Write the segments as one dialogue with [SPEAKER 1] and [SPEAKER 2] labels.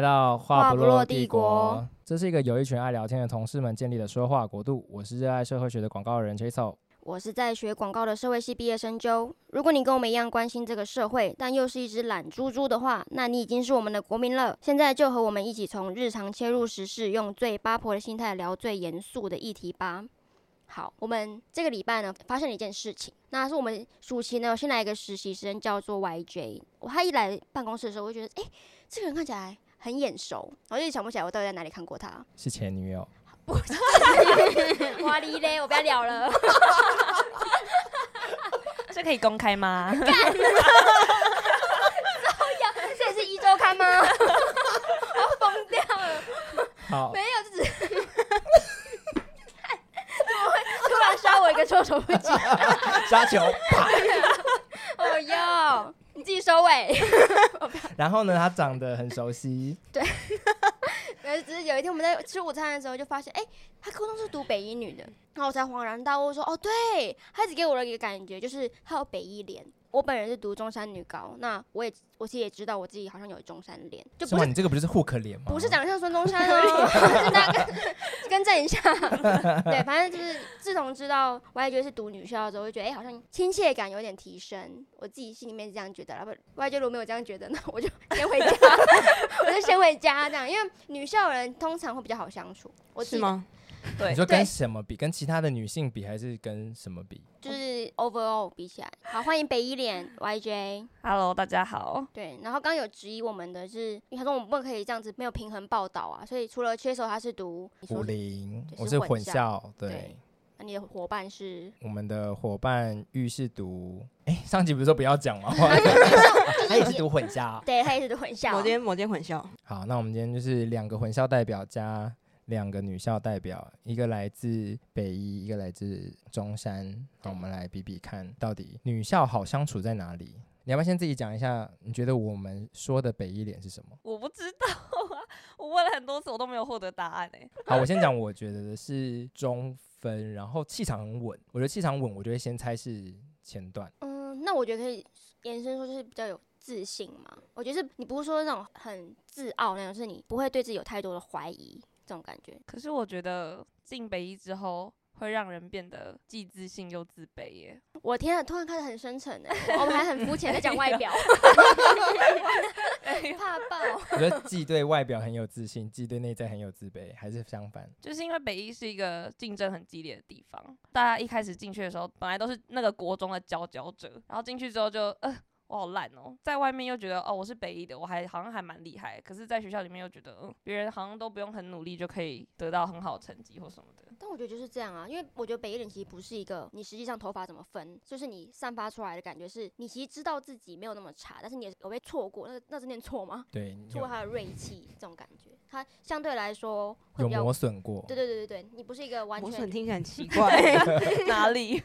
[SPEAKER 1] 到《
[SPEAKER 2] 话
[SPEAKER 1] 话
[SPEAKER 2] 不
[SPEAKER 1] 不
[SPEAKER 2] 落
[SPEAKER 1] 落
[SPEAKER 2] 帝
[SPEAKER 1] 帝
[SPEAKER 2] 国
[SPEAKER 1] 国》，这是一个由一群爱聊天的同事们建立的说话国度。我是热爱社会学的广告人 Jaso。
[SPEAKER 2] 我是在学广告的社会系毕业生啾。如果你跟我们一样关心这个社会，但又是一只懒猪猪的话，那你已经是我们的国民了。现在就和我们一起从日常切入时事，用最八婆的心态聊最严肃的议题吧。好，我们这个礼拜呢，发现了一件事情，那是我们暑期呢，先来一个实习生叫做 YJ。我他一来办公室的时候，我就觉得，诶，这个人看起来很眼熟，我就想不起来我到底在哪里看过他。
[SPEAKER 1] 是前女友，
[SPEAKER 2] 哇哩嘞，我不要聊了。
[SPEAKER 3] 这可以公 开吗？
[SPEAKER 2] 这也是一周刊吗？ 我要疯掉了！
[SPEAKER 1] 好
[SPEAKER 2] 没，有，这只是怎么会突然刷我一个措手不及？
[SPEAKER 1] 杀球。啪
[SPEAKER 2] 哦哟，你自己收尾。
[SPEAKER 1] 然后呢，他长得很熟悉，
[SPEAKER 2] 没有，只是有一天我们在吃午餐的时候就发现，哎、他高中是读北一女的，然后我才恍然大悟说，哦，对，他只给我了一个感觉，就是他有北一脸。我本人是读中山女高，那我也我其实也知道我自己好像有中山脸，就不
[SPEAKER 1] 是
[SPEAKER 2] 是
[SPEAKER 1] 吗？你这个不是互可脸吗？
[SPEAKER 2] 不是长得像孙中山 哦，跟大家跟更正一下。对，反正就是自从知道 YJ 是读女校之后，就觉得哎、好像亲切感有点提升。我自己心里面是这样觉得啦。不，YJ 如果没有这样觉得，那我就先回家，我就先回家这样。因为女校人通常会比较好相处，我自
[SPEAKER 3] 是
[SPEAKER 2] 己？
[SPEAKER 3] 吗？
[SPEAKER 1] 你
[SPEAKER 3] 对
[SPEAKER 1] 说跟
[SPEAKER 2] 对
[SPEAKER 1] 什么比？跟其他的女性比，还是跟什么比？
[SPEAKER 2] 就是 overall 比起来，好，欢迎北一脸 YJ。
[SPEAKER 3] ，Hello，大家好。
[SPEAKER 2] 对，然后刚刚有质疑我们的是，因为他说我们不可以这样子没有平衡报道啊，所以除了缺手他是读你说
[SPEAKER 1] 武林，
[SPEAKER 2] 对
[SPEAKER 1] 我
[SPEAKER 2] 是
[SPEAKER 1] 是
[SPEAKER 2] 混
[SPEAKER 1] 混
[SPEAKER 2] 校
[SPEAKER 1] 校，对
[SPEAKER 2] 对。那你的伙伴是
[SPEAKER 1] 我们的伙伴玉是读，哎，上集不是说不要讲吗？ 啊他也是读混校。
[SPEAKER 2] 对，他也是读混校
[SPEAKER 3] 某。间某间混校，
[SPEAKER 1] 好，那我们今天就是两个混校代表加两个女校代表，一个来自北一，一个来自中山。那
[SPEAKER 2] 对
[SPEAKER 1] 我们来比比看，到底女校好相处在哪里？你要不要先自己讲一下？你觉得我们说的北一脸是什么？
[SPEAKER 3] 我不知道啊，我问了很多次，我都没有获得答案哎、
[SPEAKER 1] 好，我先讲，我觉得的是中分，然后气场很稳。我觉得气场稳，我就会先猜是前段。
[SPEAKER 2] 嗯，那我觉得可以延伸说，就是比较有自信嘛。我觉得是你不是说那种很自傲那种，是你不会对自己有太多的怀疑这种感觉。
[SPEAKER 3] 可是我觉得进北一之后，会让人变得既自信又自卑耶。
[SPEAKER 2] 我天啊，突然开始很深沉哎、我们还很肤浅在讲外表，怕爆。
[SPEAKER 1] 我觉得既对外表很有自信，既对内在很有自卑，还是相反。
[SPEAKER 3] 就是因为北一是一个竞争很激烈的地方，大家一开始进去的时候，本来都是那个国中的佼佼者，然后进去之后就，呃，我好烂哦，在外面又觉得，哦，我是北一的，我还好像还蛮厉害，可是，在学校里面又觉得，嗯，别人好像都不用很努力就可以得到很好的成绩或什么的。
[SPEAKER 2] 但我觉得就是这样啊，因为我觉得北一脸其实不是一个你实际上头发怎么分，就是你散发出来的感觉是你其实知道自己没有那么差，但是你也有被错过，那那是念错吗？
[SPEAKER 1] 对，你
[SPEAKER 2] 错过
[SPEAKER 1] 有
[SPEAKER 2] 他的锐气这种感觉，他相对来说会
[SPEAKER 1] 有
[SPEAKER 2] 比较
[SPEAKER 1] 磨损过。
[SPEAKER 2] 对对 对对对，你不是一个完
[SPEAKER 3] 磨损
[SPEAKER 2] 全
[SPEAKER 3] 听起来很奇 怪，哪里？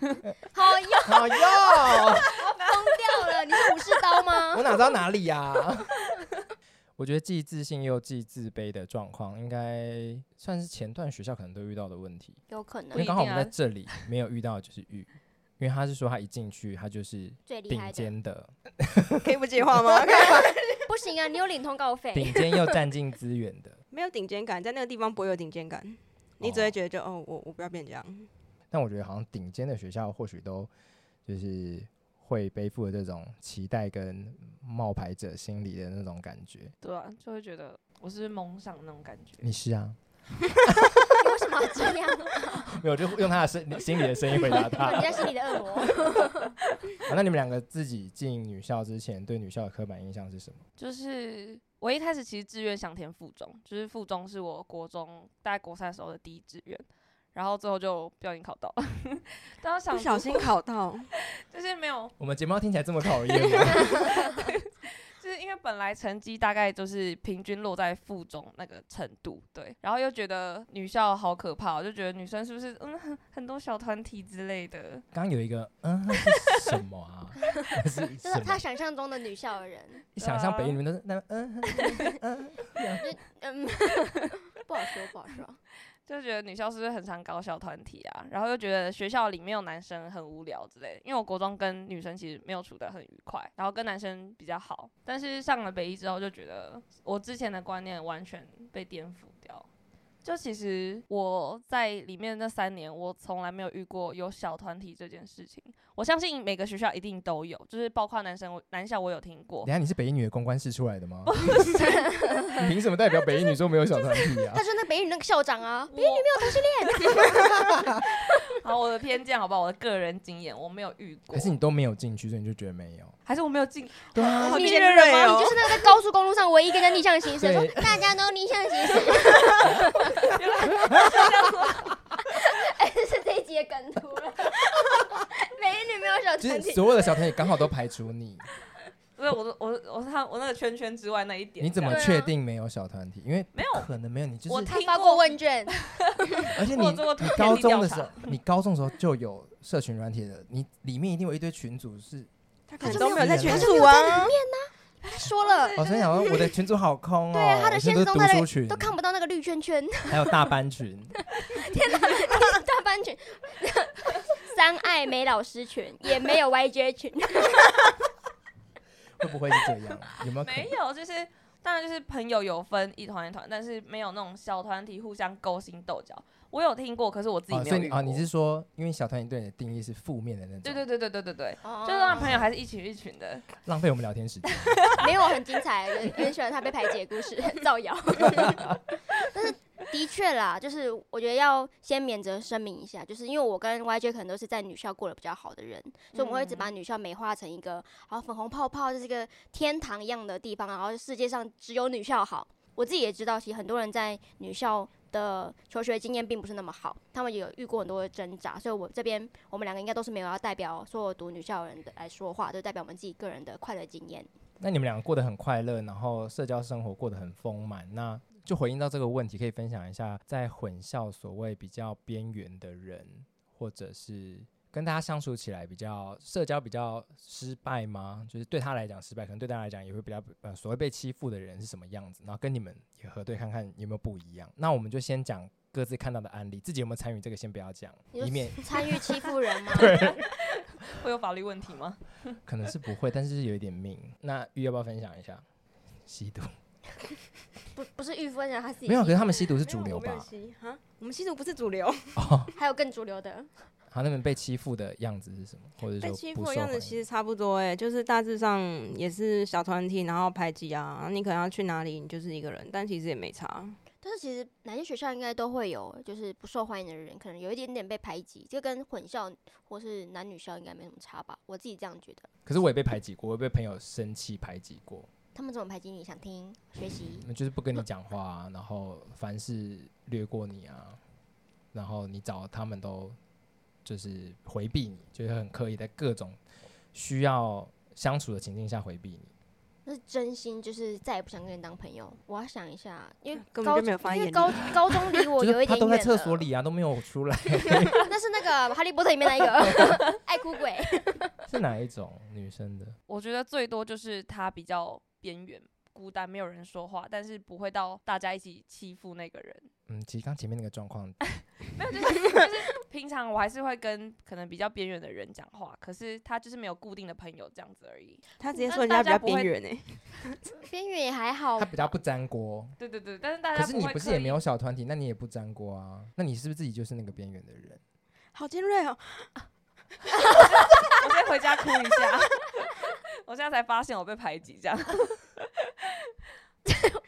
[SPEAKER 2] 好又
[SPEAKER 1] 好哟。
[SPEAKER 2] 掉了，你是武士刀吗？
[SPEAKER 1] 我哪知道哪里呀、我觉得既自信又既自卑的状况，应该算是前段学校可能都遇到的问题。
[SPEAKER 2] 有可
[SPEAKER 1] 因
[SPEAKER 3] 不
[SPEAKER 1] 为
[SPEAKER 2] 能
[SPEAKER 3] 一
[SPEAKER 1] 刚好我
[SPEAKER 3] 定
[SPEAKER 1] 们
[SPEAKER 3] 啊
[SPEAKER 1] 在这里没有遇到，就是玉，因为他是说他一进去他就是
[SPEAKER 2] 最厉
[SPEAKER 1] 顶
[SPEAKER 2] 害的，
[SPEAKER 1] 尖的，
[SPEAKER 3] 可以不接话 吗？
[SPEAKER 2] 不行啊，你有领通告费。
[SPEAKER 1] 顶尖又占尽资源的。
[SPEAKER 3] 没有顶尖感，在那个地方不会有顶尖感，你只会觉得就哦，我我不要变这样。
[SPEAKER 1] 但我觉得好像顶尖的学校或许都就是会背负了这种期待跟冒牌者心理的那种感觉。
[SPEAKER 3] 对啊，就会觉得我是不是蒙上那种感觉。
[SPEAKER 1] 你是啊，
[SPEAKER 2] 你为什么要这样？
[SPEAKER 1] 没有就用他的声心里的声音回答 他
[SPEAKER 2] 你。在心里的恶魔。
[SPEAKER 1] 好那你们两个自己进女校之前，对女校的刻板印象是什么？
[SPEAKER 3] 就是我一开始其实志愿想填附中，就是附中是我国中大概国三的时候的第一志愿，然后最后就不小心考到了， 当时想
[SPEAKER 4] 不小
[SPEAKER 3] 说
[SPEAKER 4] 心 考到，
[SPEAKER 3] 就是没有，
[SPEAKER 1] 我们节目要听起来这么讨厌 吗？
[SPEAKER 3] 就是因为本来成绩大概就是平均落在附中那个程度，对，然后又觉得女校好可怕哦，我就觉得女生是不是嗯很很多小团体之类的，
[SPEAKER 1] 刚刚有一个，嗯，那是什么啊？那是
[SPEAKER 2] 就
[SPEAKER 1] 什
[SPEAKER 2] 是他
[SPEAKER 1] 么？
[SPEAKER 2] 想象中的女校人，
[SPEAKER 1] 想象北影你们都是那，嗯，
[SPEAKER 2] 嗯，
[SPEAKER 4] 不好说，不好说。
[SPEAKER 3] 就觉得女校是不是很常搞小团体啊？然后又觉得学校里没有男生很无聊之类的。因为我国中跟女生其实没有处得很愉快，然后跟男生比较好。但是上了北一之后，就觉得我之前的观念完全被颠覆掉。就其实我在里面那三年，我从来没有遇过有小团体这件事情。我相信每个学校一定都有，就是包括男生，我男校我有听过
[SPEAKER 1] 等一，下你是北一女的公关室出来的吗？你凭什么代表北一女说没有小团体啊
[SPEAKER 2] 他？是那北影那个校长啊，
[SPEAKER 3] 别你没有同性恋。 好，我的偏见，好不好？我的个人经验，我没有遇过
[SPEAKER 1] 可，是你都没有进去，所以你就觉得没有。
[SPEAKER 3] 还是我没有进，
[SPEAKER 1] 对啊，
[SPEAKER 3] 好
[SPEAKER 2] 你
[SPEAKER 3] 尖
[SPEAKER 2] 人
[SPEAKER 3] 锐
[SPEAKER 2] 吗？
[SPEAKER 3] 哦
[SPEAKER 2] 你就是那个在高速公路上唯一跟人家逆向行驶，说
[SPEAKER 1] 对
[SPEAKER 2] 大家都逆向 行驶。 哎，是这一集的梗图了。 美女没有小
[SPEAKER 1] 就
[SPEAKER 2] 团
[SPEAKER 1] 是
[SPEAKER 2] 体，
[SPEAKER 1] 所有的小团体刚好都排除 你，
[SPEAKER 3] 所以我的我我他我那个圈圈之外那一点，
[SPEAKER 1] 你怎么
[SPEAKER 3] 这
[SPEAKER 2] 对
[SPEAKER 3] 样
[SPEAKER 2] 啊
[SPEAKER 1] 确定没有小团体？因为
[SPEAKER 3] 没有
[SPEAKER 1] 可能没有，你就
[SPEAKER 3] 我
[SPEAKER 1] 是
[SPEAKER 3] 听
[SPEAKER 2] 他发
[SPEAKER 3] 过
[SPEAKER 2] 过问卷，
[SPEAKER 1] 而且你
[SPEAKER 3] 我做过
[SPEAKER 1] 你
[SPEAKER 3] 田地
[SPEAKER 1] 高中
[SPEAKER 3] 调
[SPEAKER 1] 的
[SPEAKER 3] 查
[SPEAKER 1] 时候，你高中的时候就有社群软体的，你里面一定有一堆群组是。
[SPEAKER 3] 他
[SPEAKER 1] 可
[SPEAKER 3] 可
[SPEAKER 1] 能
[SPEAKER 3] 能
[SPEAKER 1] 都
[SPEAKER 3] 都
[SPEAKER 1] 没
[SPEAKER 3] 没
[SPEAKER 1] 有
[SPEAKER 3] 有
[SPEAKER 1] 在
[SPEAKER 3] 在
[SPEAKER 1] 群
[SPEAKER 3] 群
[SPEAKER 1] 组
[SPEAKER 3] 组
[SPEAKER 2] 啊
[SPEAKER 3] 啊？
[SPEAKER 2] 他说了，
[SPEAKER 1] 我真想说，我的群组好空哦。
[SPEAKER 2] 对啊，他的
[SPEAKER 1] 我现
[SPEAKER 2] 现
[SPEAKER 1] 在
[SPEAKER 2] 实
[SPEAKER 1] 都
[SPEAKER 2] 动
[SPEAKER 1] 是
[SPEAKER 2] 态
[SPEAKER 1] 读书
[SPEAKER 2] 的
[SPEAKER 1] 群，
[SPEAKER 2] 都看不到那个绿圈 圈，
[SPEAKER 1] 还有大班群，
[SPEAKER 2] 大班群、 三爱美老师群，也没有 YJ 群。
[SPEAKER 1] 会不会是这样？有没有可能
[SPEAKER 3] 没？有，就是当然就是朋友有分一团一团，但是没有那种小团体互相勾心斗角。我有听过，可是我自己
[SPEAKER 1] 哦，
[SPEAKER 3] 没
[SPEAKER 1] 所
[SPEAKER 3] 有
[SPEAKER 1] 以你
[SPEAKER 3] 遇过。
[SPEAKER 1] 哦，你是说，因为小团体对你的定义是负面的那种，
[SPEAKER 3] 对对对对对对对，
[SPEAKER 2] 就
[SPEAKER 3] 就是让朋友还是一群一群的。
[SPEAKER 1] 浪费我们聊天时间。
[SPEAKER 2] 没有很精彩，很很喜欢他被排解的故事， 造谣。但是的确啦，就是我觉得要先免责声明一下，就是因为我跟 YJ 可能都是在女校过得比较好的人，所以我们会一直把女校美化成一个，然后粉红泡泡就是一个天堂一样的地方，然后世界上只有女校好。我自己也知道，其实很多人在女校的求学经验并不是那么好，他们也有遇过很多的挣扎，所以我这边我们两个应该都是没有要代表所有读女校的人的来说话，就代表我们自己个人的快乐经验。
[SPEAKER 1] 那你们两个过得很快乐，然后社交生活过得很丰满，那就回应到这个问题，可以分享一下，在混校所谓比较边缘的人，或者是跟大家相处起来比较社交比较失败吗？就是对他来讲失败，可能对大家来讲也会比较呃所谓被欺负的人是什么样子，然后跟你们也核对看看有没有不一样。那我们就先讲各自看到的案例，自己有没有参与这个先不要讲，
[SPEAKER 2] 你说
[SPEAKER 1] 以 免
[SPEAKER 2] 参与欺负 人吗？
[SPEAKER 3] 会有法律问题吗？
[SPEAKER 1] 可能是不会，但是有一点命。那玉要不要分享一下吸 毒？
[SPEAKER 2] 不不是预分人，他自己
[SPEAKER 1] 没有，可
[SPEAKER 2] 吸
[SPEAKER 1] 是他们吸毒是
[SPEAKER 4] 没有
[SPEAKER 1] 主流
[SPEAKER 4] 我没有
[SPEAKER 1] 吧？
[SPEAKER 4] 吸哈，我们吸毒不是 主流，
[SPEAKER 1] 哦，
[SPEAKER 2] 还有更主流的，
[SPEAKER 1] 他那边被欺负的样子是什么？或者
[SPEAKER 4] 被
[SPEAKER 1] 说
[SPEAKER 4] 欺
[SPEAKER 1] 不
[SPEAKER 4] 负的
[SPEAKER 1] 受
[SPEAKER 4] 样子
[SPEAKER 1] 欢
[SPEAKER 4] 其
[SPEAKER 1] 迎
[SPEAKER 4] 实差不多哎、就是大致上也是小团体，然后排挤啊，然后你可能要去哪里，你就是一个人，但其实也没差。
[SPEAKER 2] 但是其实哪些学校应该都会有，就是不受欢迎的人，可能有一点点被排挤，这跟混校或是男女校应该没什么差吧？我自己这样觉得。
[SPEAKER 1] 可是我也被排挤过，我也被朋友生气排挤过，
[SPEAKER 2] 他们怎么排挤你？想听学习？
[SPEAKER 1] 那就是不跟你讲话、啊，然后凡事略过你啊，然后你找他们都就是回避你，就是很刻意在各种需要相处的情境下回避你。
[SPEAKER 2] 那是真心，就是再也不想跟你当朋 友。我要想一下，因为
[SPEAKER 4] 根本
[SPEAKER 2] 高
[SPEAKER 4] 就没有发
[SPEAKER 2] 因为
[SPEAKER 4] 言
[SPEAKER 2] 高高中离我
[SPEAKER 1] 就
[SPEAKER 2] 有
[SPEAKER 1] 是
[SPEAKER 2] 一
[SPEAKER 1] 他
[SPEAKER 2] 点远
[SPEAKER 1] 都在厕 所
[SPEAKER 2] 了，
[SPEAKER 1] 里啊，都没有出来，
[SPEAKER 2] 那是那个《哈利波特》里面那 一个爱哭 鬼。
[SPEAKER 1] 是哪一种女生的？
[SPEAKER 3] 我觉得最多就是他比较边缘、孤单，没有人说话，但是不会到大家一起欺负那个人。
[SPEAKER 1] 嗯，其实刚前面那个状况，
[SPEAKER 4] 哦
[SPEAKER 3] 没有，就是 就是平常我还是会跟可能比较边缘的人讲话，可是他就是没有固定的朋友这样子而已。
[SPEAKER 4] 他直接
[SPEAKER 3] 那
[SPEAKER 4] 说人家
[SPEAKER 3] 大
[SPEAKER 4] 比
[SPEAKER 3] 家
[SPEAKER 4] 较
[SPEAKER 3] 不会
[SPEAKER 4] 边缘哎，
[SPEAKER 2] 边缘也还好
[SPEAKER 1] 她，比较不沾锅。
[SPEAKER 3] 对对对，但是大家
[SPEAKER 1] 可是你
[SPEAKER 3] 会
[SPEAKER 1] 不是
[SPEAKER 3] 刻
[SPEAKER 1] 也
[SPEAKER 3] 意
[SPEAKER 1] 没有小团体，那你也不沾锅啊？那你是不是自己就是那个边缘的人？
[SPEAKER 4] 好尖锐哦、
[SPEAKER 3] 我先回家哭一下。 我现在才发现我被排挤，这样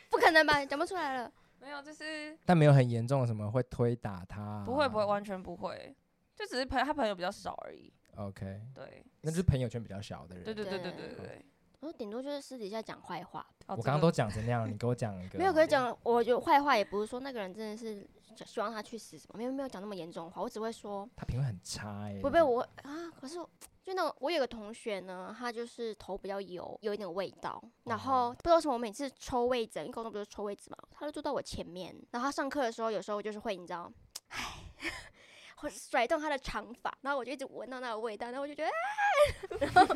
[SPEAKER 2] 不可能吧？讲不出来了。
[SPEAKER 3] 没有，就是
[SPEAKER 1] 但没有很严重的什么会推打他啊、
[SPEAKER 3] 不会不会，完全不会，就只是朋他朋友比较少而已。
[SPEAKER 1] OK，
[SPEAKER 3] 对
[SPEAKER 1] 那就是朋友圈比较小的人。
[SPEAKER 3] 对对对
[SPEAKER 2] 对
[SPEAKER 3] 对对对对。
[SPEAKER 2] 我说顶多就是私底下讲坏话
[SPEAKER 3] 哦
[SPEAKER 1] 我
[SPEAKER 3] 这
[SPEAKER 1] 刚刚
[SPEAKER 3] 个。
[SPEAKER 1] 都讲成那样，你给我讲一个。啊
[SPEAKER 2] 没有，可是讲，我觉得坏话也不是说那个人真的是希希望他去死什么，没有没有讲那么严重的话，我只会说
[SPEAKER 1] 他评论很差哎、欸。
[SPEAKER 2] 不被我啊，可是我就那种我有个同学呢，他就是头比较油，有一点味道，然后不知道为什么，我每次抽位置，因为高中不是抽位置嘛，他就坐到我前面，然后他上课的时候，有时候就是会你知道，唉， 会甩动他的长发，然后我就一直闻到那个味道，然后我就觉得、啊，然后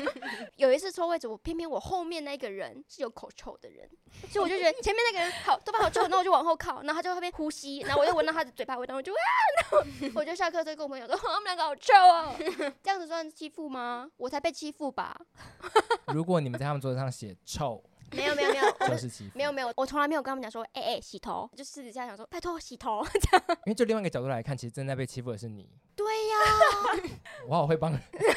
[SPEAKER 2] 有一次抽位置，我偏偏我后面那个人是有口臭的人，所以我就觉得前面那个人好头发好臭，然后我就往后靠，然后他就在那边呼吸，然后我又闻到他的嘴巴味道，我就啊，然后我 就下课再跟我朋友说，他们两个好臭哦，这样子算欺负吗？我才被欺负吧？
[SPEAKER 1] 如果你们在他们桌子上写臭，
[SPEAKER 2] 没有没有 没有，我
[SPEAKER 1] 就
[SPEAKER 2] 们
[SPEAKER 1] 是欺负。
[SPEAKER 2] 没有，没有，我从来没有跟他们讲说，哎、哎、洗头，就私底下想说，拜托洗头。
[SPEAKER 1] 因为就另外一个角度来看，其实正在被欺负的是你。
[SPEAKER 2] 对呀、
[SPEAKER 1] 我好会帮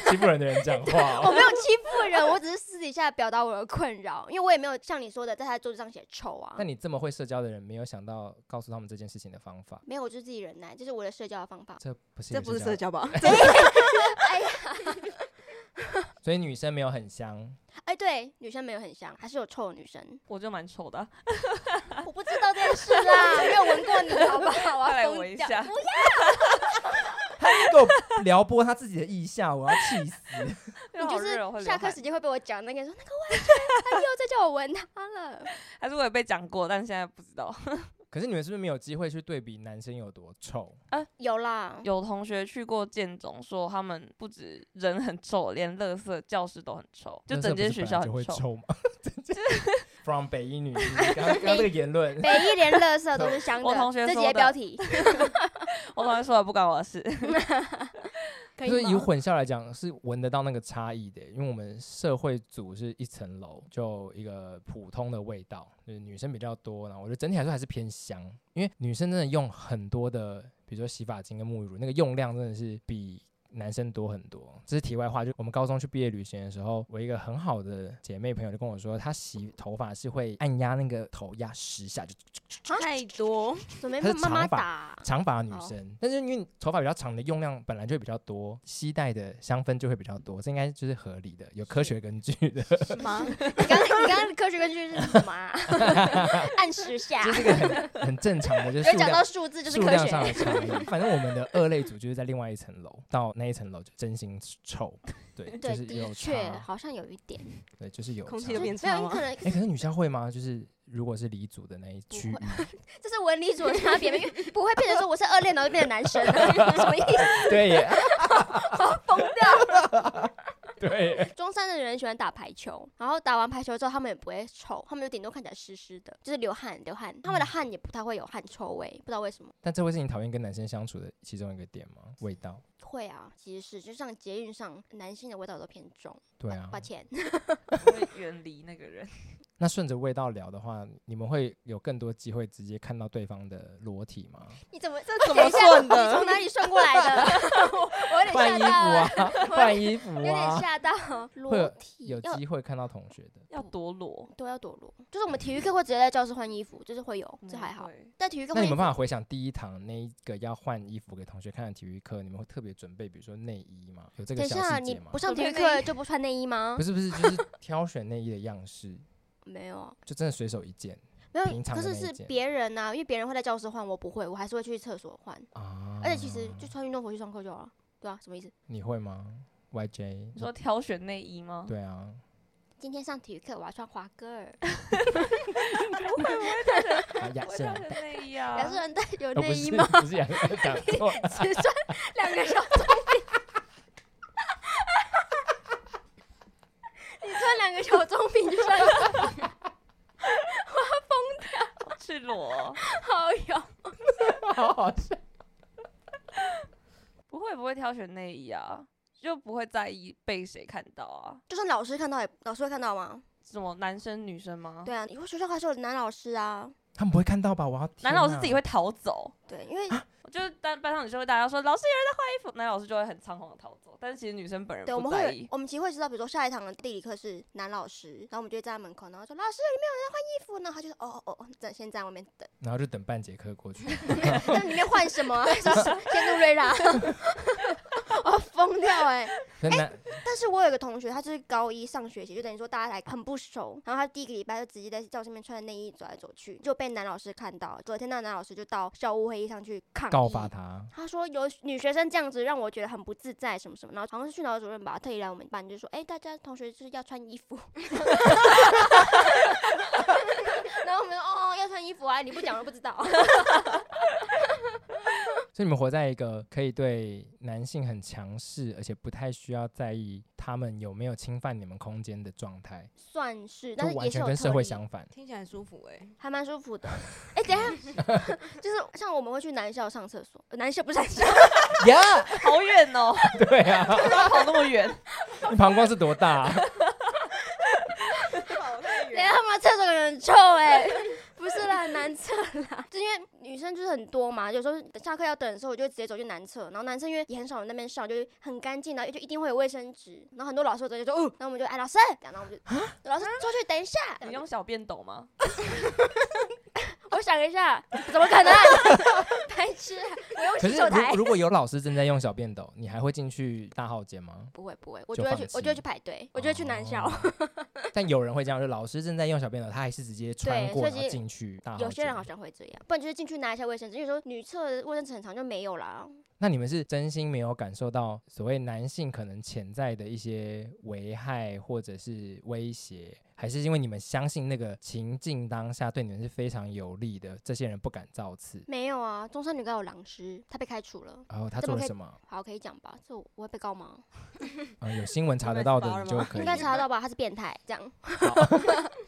[SPEAKER 1] 欺负人的人讲话、
[SPEAKER 2] 我
[SPEAKER 1] 哦。
[SPEAKER 2] 没有欺负人，我只是私底下表达我的困扰，因为我也没有像你说的在他桌子上写臭啊
[SPEAKER 1] 那。你这么会社交的人，没有想到告诉他们这件事情的方法，
[SPEAKER 2] 没有，我就自己忍耐，这是我的社交的方法。
[SPEAKER 1] 这不是一
[SPEAKER 4] 这
[SPEAKER 1] 个
[SPEAKER 4] 不是社
[SPEAKER 1] 交，
[SPEAKER 4] 交吧？
[SPEAKER 2] 哎呀，
[SPEAKER 1] 所以女生没有很香。
[SPEAKER 2] 哎，对，女生没有很香，还是有臭的女生
[SPEAKER 3] 我就蛮丑的啊，
[SPEAKER 2] 我不知道这件事啦，没有闻过你，好不好
[SPEAKER 3] 快
[SPEAKER 2] 啊？
[SPEAKER 3] 来
[SPEAKER 2] 疯
[SPEAKER 3] 闻一
[SPEAKER 2] 掉
[SPEAKER 3] 下
[SPEAKER 2] 不要
[SPEAKER 1] 给我撩拨他自己的意下，我要气死！
[SPEAKER 3] 因
[SPEAKER 2] 你
[SPEAKER 3] 为好
[SPEAKER 2] 就
[SPEAKER 3] 热哦我会
[SPEAKER 2] 是
[SPEAKER 3] 流
[SPEAKER 2] 下课
[SPEAKER 3] 汗
[SPEAKER 2] 时。间会被我讲那个人说那个味， 他又在叫我闻他了。
[SPEAKER 3] 还是我有被讲过，但是现在不知道。
[SPEAKER 1] 可是你们是不是没有机会去对比男生有多臭？
[SPEAKER 2] 有啦，
[SPEAKER 3] 有同学去过建总，说他们不止人很臭，连垃圾教室都很臭，就整间学校
[SPEAKER 1] 那这
[SPEAKER 3] 很
[SPEAKER 1] 不是本来就会
[SPEAKER 3] 臭。
[SPEAKER 1] 臭吗 ？From 北一女，刚 刚刚这个言论，
[SPEAKER 2] 每一连垃圾都是香的。
[SPEAKER 3] 我同学
[SPEAKER 2] 这
[SPEAKER 3] 说
[SPEAKER 2] 几个
[SPEAKER 3] 的
[SPEAKER 2] 标 题，
[SPEAKER 3] 我同学说了不关我的事，
[SPEAKER 4] 可
[SPEAKER 1] 就是以
[SPEAKER 4] 吗？
[SPEAKER 1] 混校来讲，是闻得到那个差异的，因为我们社会组是一层楼，就一个普通的味道，就是女生比较多，然后我觉得整体来说还是偏香，因为女生真的用很多的，比如说洗发精跟沐浴乳，那个用量真的是比。男生多很多，这是题外话。就我们高中去毕业旅行的时候，我一个很好的姐妹朋友就跟我说，她洗头发是会按压那个头压十下，就
[SPEAKER 4] 太多，
[SPEAKER 2] 准备
[SPEAKER 1] 它是
[SPEAKER 2] 妈妈
[SPEAKER 1] 长发
[SPEAKER 2] 打。
[SPEAKER 1] 长发女
[SPEAKER 2] 哦
[SPEAKER 1] 生，但是因为你头发比较长的用量本来就会比较多，吸带的香氛就会比较多，这应该就是合理的，有科学根据的，
[SPEAKER 4] 什么？
[SPEAKER 2] 你刚你刚刚的科学根据是什 么、啊？按时下
[SPEAKER 1] 这，是个很 很正常的，就是
[SPEAKER 2] 啊有
[SPEAKER 1] 数
[SPEAKER 2] 讲到
[SPEAKER 1] 量
[SPEAKER 2] 数字就是
[SPEAKER 1] 数
[SPEAKER 2] 科
[SPEAKER 1] 量上
[SPEAKER 2] 学。
[SPEAKER 1] 的差异。反正我们的二类组就是在另外一层楼，到那一层楼就真心臭，对，就
[SPEAKER 2] 对，
[SPEAKER 1] 是有
[SPEAKER 2] 的确
[SPEAKER 1] 差，
[SPEAKER 2] 好像有一点，
[SPEAKER 1] 对，就是有
[SPEAKER 4] 空气
[SPEAKER 1] 差
[SPEAKER 4] 有
[SPEAKER 2] 就
[SPEAKER 4] 变
[SPEAKER 2] 没有
[SPEAKER 4] 差
[SPEAKER 2] 你
[SPEAKER 4] 吗
[SPEAKER 2] 可能
[SPEAKER 1] 哎、可是女校会吗？就是如果是离组的那一区域，
[SPEAKER 2] 这是文理组的差 别，因为不会变成说我是二恋，然后就变成男生了，什么意思？
[SPEAKER 1] 对耶，
[SPEAKER 2] 疯掉！
[SPEAKER 1] 对耶，
[SPEAKER 2] 中山的人喜欢打排球，然后打完排球之后，他们也不会臭，他们就顶多看起来湿湿的，就是流汗流
[SPEAKER 3] 嗯
[SPEAKER 2] 汗，他们的汗也不太会有汗臭味，不知道为什么。
[SPEAKER 1] 但这会是你讨厌跟男生相处的其中一个点吗？味道，
[SPEAKER 2] 会啊，其实是就像捷运上男性的味道都偏重，
[SPEAKER 1] 对啊，
[SPEAKER 2] 抱歉，
[SPEAKER 3] 我会远离那个 人。
[SPEAKER 1] 那顺着味道聊的话，你们会有更多机会直接看到对方的裸体吗？
[SPEAKER 2] 你怎么 这
[SPEAKER 4] 怎么算
[SPEAKER 2] 你从
[SPEAKER 4] 的？
[SPEAKER 2] 哪里顺过来的？ 我我有点
[SPEAKER 1] 换衣
[SPEAKER 2] 吓
[SPEAKER 1] 服
[SPEAKER 2] 到
[SPEAKER 1] 啊
[SPEAKER 2] 了，，
[SPEAKER 1] 换衣服
[SPEAKER 2] 有点
[SPEAKER 1] 啊，
[SPEAKER 2] 吓到。
[SPEAKER 1] 会
[SPEAKER 2] 裸
[SPEAKER 1] 有
[SPEAKER 2] 体
[SPEAKER 1] 有
[SPEAKER 2] 要
[SPEAKER 1] 机会看到同学的。
[SPEAKER 3] 要多
[SPEAKER 1] 嗯
[SPEAKER 3] 裸，
[SPEAKER 2] 都要裸裸，就是我们体育课会直接在教室换衣服，就是会有，这
[SPEAKER 3] 嗯
[SPEAKER 2] 还好。
[SPEAKER 3] 会
[SPEAKER 2] 但体育课
[SPEAKER 1] 那
[SPEAKER 2] 换
[SPEAKER 1] 你
[SPEAKER 2] 衣
[SPEAKER 1] 们有
[SPEAKER 2] 服
[SPEAKER 1] 办法回想第一堂那一个要换衣服给同学看的体育课，你们会特别准备，比如说内衣吗？有这
[SPEAKER 2] 等
[SPEAKER 1] 个
[SPEAKER 2] 一
[SPEAKER 1] 小
[SPEAKER 2] 下，
[SPEAKER 1] 细
[SPEAKER 2] 你
[SPEAKER 1] 节吗
[SPEAKER 2] 不？上体育
[SPEAKER 4] 准备内
[SPEAKER 2] 课就不穿内衣吗
[SPEAKER 1] 不？是不是，就是挑选内衣的样式，
[SPEAKER 2] 没有啊，
[SPEAKER 1] 就真的随手一件
[SPEAKER 2] 没有
[SPEAKER 1] 平。常
[SPEAKER 2] 可
[SPEAKER 1] 的那
[SPEAKER 2] 是
[SPEAKER 1] 一
[SPEAKER 2] 是
[SPEAKER 1] 件
[SPEAKER 2] 别人呐、因为别人会在教室换，我不会，我还是会去厕所换。
[SPEAKER 1] 啊。
[SPEAKER 2] 而且其实就穿运动服去上课就好了，对啊，什么意思？
[SPEAKER 1] 你会吗？YJ，
[SPEAKER 3] 你说挑选内衣吗？
[SPEAKER 1] 对 啊，
[SPEAKER 2] 今天上体育课我要穿华歌尔，
[SPEAKER 1] 啊亚
[SPEAKER 3] 我会
[SPEAKER 1] 瑟
[SPEAKER 3] 挑
[SPEAKER 1] 兰
[SPEAKER 3] 选
[SPEAKER 1] 黛，
[SPEAKER 3] 内衣啊。
[SPEAKER 2] 两个人带有
[SPEAKER 1] 呃不
[SPEAKER 2] 内衣
[SPEAKER 1] 是
[SPEAKER 2] 吗？
[SPEAKER 1] 不是亚瑟兰黛，讲 错了
[SPEAKER 2] 只穿两个小棕瓶，你穿两个小棕瓶就算了，
[SPEAKER 3] 赤裸，
[SPEAKER 2] 好有。
[SPEAKER 1] 好好笑。
[SPEAKER 3] 不会不会挑选内衣啊，就不会在意被谁看到啊。
[SPEAKER 2] 就算老师看到也，老师会看到吗？
[SPEAKER 3] 什么男生女生吗？
[SPEAKER 2] 对啊，因为学校还是有男老师啊。
[SPEAKER 1] 他们不会看到吧？我要
[SPEAKER 3] 男
[SPEAKER 1] 天
[SPEAKER 3] 老师
[SPEAKER 1] 哪
[SPEAKER 3] 自己会逃走，
[SPEAKER 2] 对，因为
[SPEAKER 3] 就是班班上女生会大家说老师有人在换衣服，男老师就会很仓皇的逃走。但是其实女生本人
[SPEAKER 2] 对我
[SPEAKER 3] 不
[SPEAKER 2] 们
[SPEAKER 3] 在
[SPEAKER 2] 会
[SPEAKER 3] 意，，
[SPEAKER 2] 我们其实会知道，比如说下一堂的地理课是男老师，然后我们就会站在门口，然后说老师里面有人在换衣服，然后他就说哦哦哦，站先站外面等，
[SPEAKER 1] 然后就等半节课过 去。
[SPEAKER 2] 那里面换什么 啊？说先杜 瑞拉，我疯掉哎、
[SPEAKER 1] 所以男
[SPEAKER 2] 但是我有个同学，他就是高一上学期，就等于说大家来很不熟，然后他第一个礼拜就直接在教室里面穿着内衣走来走去，就被男老师看到。昨天那男老师就到校务会议上去抗议
[SPEAKER 1] 告发他，
[SPEAKER 2] 他说有女学生这样子让我觉得很不自在，什么什么，然后好像是训导主任吧，特意来我们班就说，哎、大家同学就是要穿衣服， 哦然后我们说哦要穿衣服啊，你不讲我都不知道，
[SPEAKER 1] 所以你们活在一个可以对男性很强势，而且不太需要在意他们有没有侵犯你们空间的状态，
[SPEAKER 2] 算是，
[SPEAKER 1] 就
[SPEAKER 2] 但是
[SPEAKER 1] 完
[SPEAKER 2] 也是
[SPEAKER 1] 全
[SPEAKER 2] 有
[SPEAKER 1] 跟社会
[SPEAKER 2] 特例
[SPEAKER 1] 相 反。
[SPEAKER 4] 听起来很舒服哎、
[SPEAKER 2] 还蛮舒服的。哎、等一下，就是像我们会去男校上厕所，呃男校不是男校，
[SPEAKER 1] 呀，
[SPEAKER 3] 好远 哦，
[SPEAKER 1] 对啊，
[SPEAKER 3] 要跑那么远，
[SPEAKER 1] 你膀胱是多大、 啊？
[SPEAKER 2] 等一下他们的厕所很臭哎、不是啦，男厕啦，就因为女生就是很多嘛，有时候下课要等的时候，我就直接走去男厕，然后男生因为也很少人在那边上，就是很干净，然后就一定会有卫生纸，然后很多老师直接就哦，那我们就哎老师，这样然后我们就老师出去等一下，
[SPEAKER 3] 你用小便斗吗？
[SPEAKER 2] 我想一下，怎么可能？ 白痴啊，我用
[SPEAKER 1] 可
[SPEAKER 2] 洗
[SPEAKER 1] 是
[SPEAKER 2] 手台
[SPEAKER 1] 如如果有老师正在用小便斗，你还会进去大号间吗？
[SPEAKER 2] 不会不会，我
[SPEAKER 1] 就
[SPEAKER 2] 就会
[SPEAKER 1] 放
[SPEAKER 2] 去，我就会
[SPEAKER 1] 弃
[SPEAKER 2] 去排队，我就会去男校。
[SPEAKER 1] 哦。 但有人会这样，就老师正在用小便斗，他还是直接穿
[SPEAKER 2] 对
[SPEAKER 1] 过
[SPEAKER 2] 所
[SPEAKER 1] 然
[SPEAKER 2] 以其
[SPEAKER 1] 后
[SPEAKER 2] 实
[SPEAKER 1] 进去大号间。
[SPEAKER 2] 有些人好像会这样，不然就是进去拿一下卫生纸，有时候女厕的卫生纸很长就没有啦。
[SPEAKER 1] 那你们是真心没有感受到所谓男性可能潜在的一些危害或者是威胁，还是因为你们相信那个情境当下对你们是非常有利的，这些人不敢造次？
[SPEAKER 2] 没有啊，中山女高有狼师，她被开除了。
[SPEAKER 1] 然后他做
[SPEAKER 2] 怎么
[SPEAKER 1] 了
[SPEAKER 2] 可以
[SPEAKER 1] 什么？
[SPEAKER 2] 好，可以讲吧？这我我会被告吗？
[SPEAKER 1] 啊，有新闻查
[SPEAKER 4] 被
[SPEAKER 1] 得到
[SPEAKER 4] spar
[SPEAKER 1] 的你就
[SPEAKER 4] 吗
[SPEAKER 1] 可以
[SPEAKER 2] 应。该查得到吧？她是变态，这样。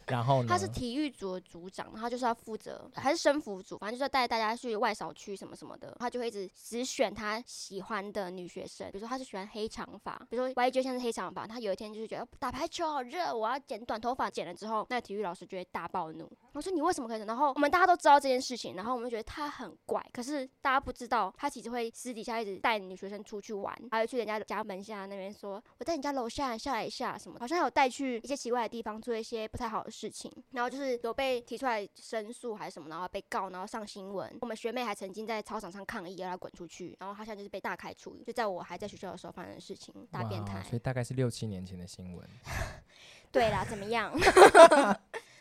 [SPEAKER 1] 然后呢？
[SPEAKER 2] 她是体育组的组长，她就是要负责，还是生服组，反正就是要带大家去外扫区什么什么的。她就会一直只选她喜欢的女学生，比如说她是喜欢黑长发，比如说 YJ 现在是黑长发，她有一天就是觉得打排球好热，我要剪短头发，剪了之后，那体育老师就会大暴怒，我说你为什么可以？然后我们大家都知道这件事情，然后我们就觉得他很怪，可是大家不知道他其实会私底下一直带女学生出去玩，还会去人家家门下那边说，我在你家楼下下来一下什么，好像还有带去一些奇怪的地方做一些不太好的事情，然后就是有被提出来申诉还是什么，然后被告，然后上新闻。我们学妹还曾经在操场上抗议，要她滚出去，然后她现在就是被大开除，就在我还在学校的时候发生的事情，大变
[SPEAKER 1] 哇
[SPEAKER 2] 态。
[SPEAKER 1] 所以大概是六七年前的新闻。
[SPEAKER 2] 对啦，怎么 样？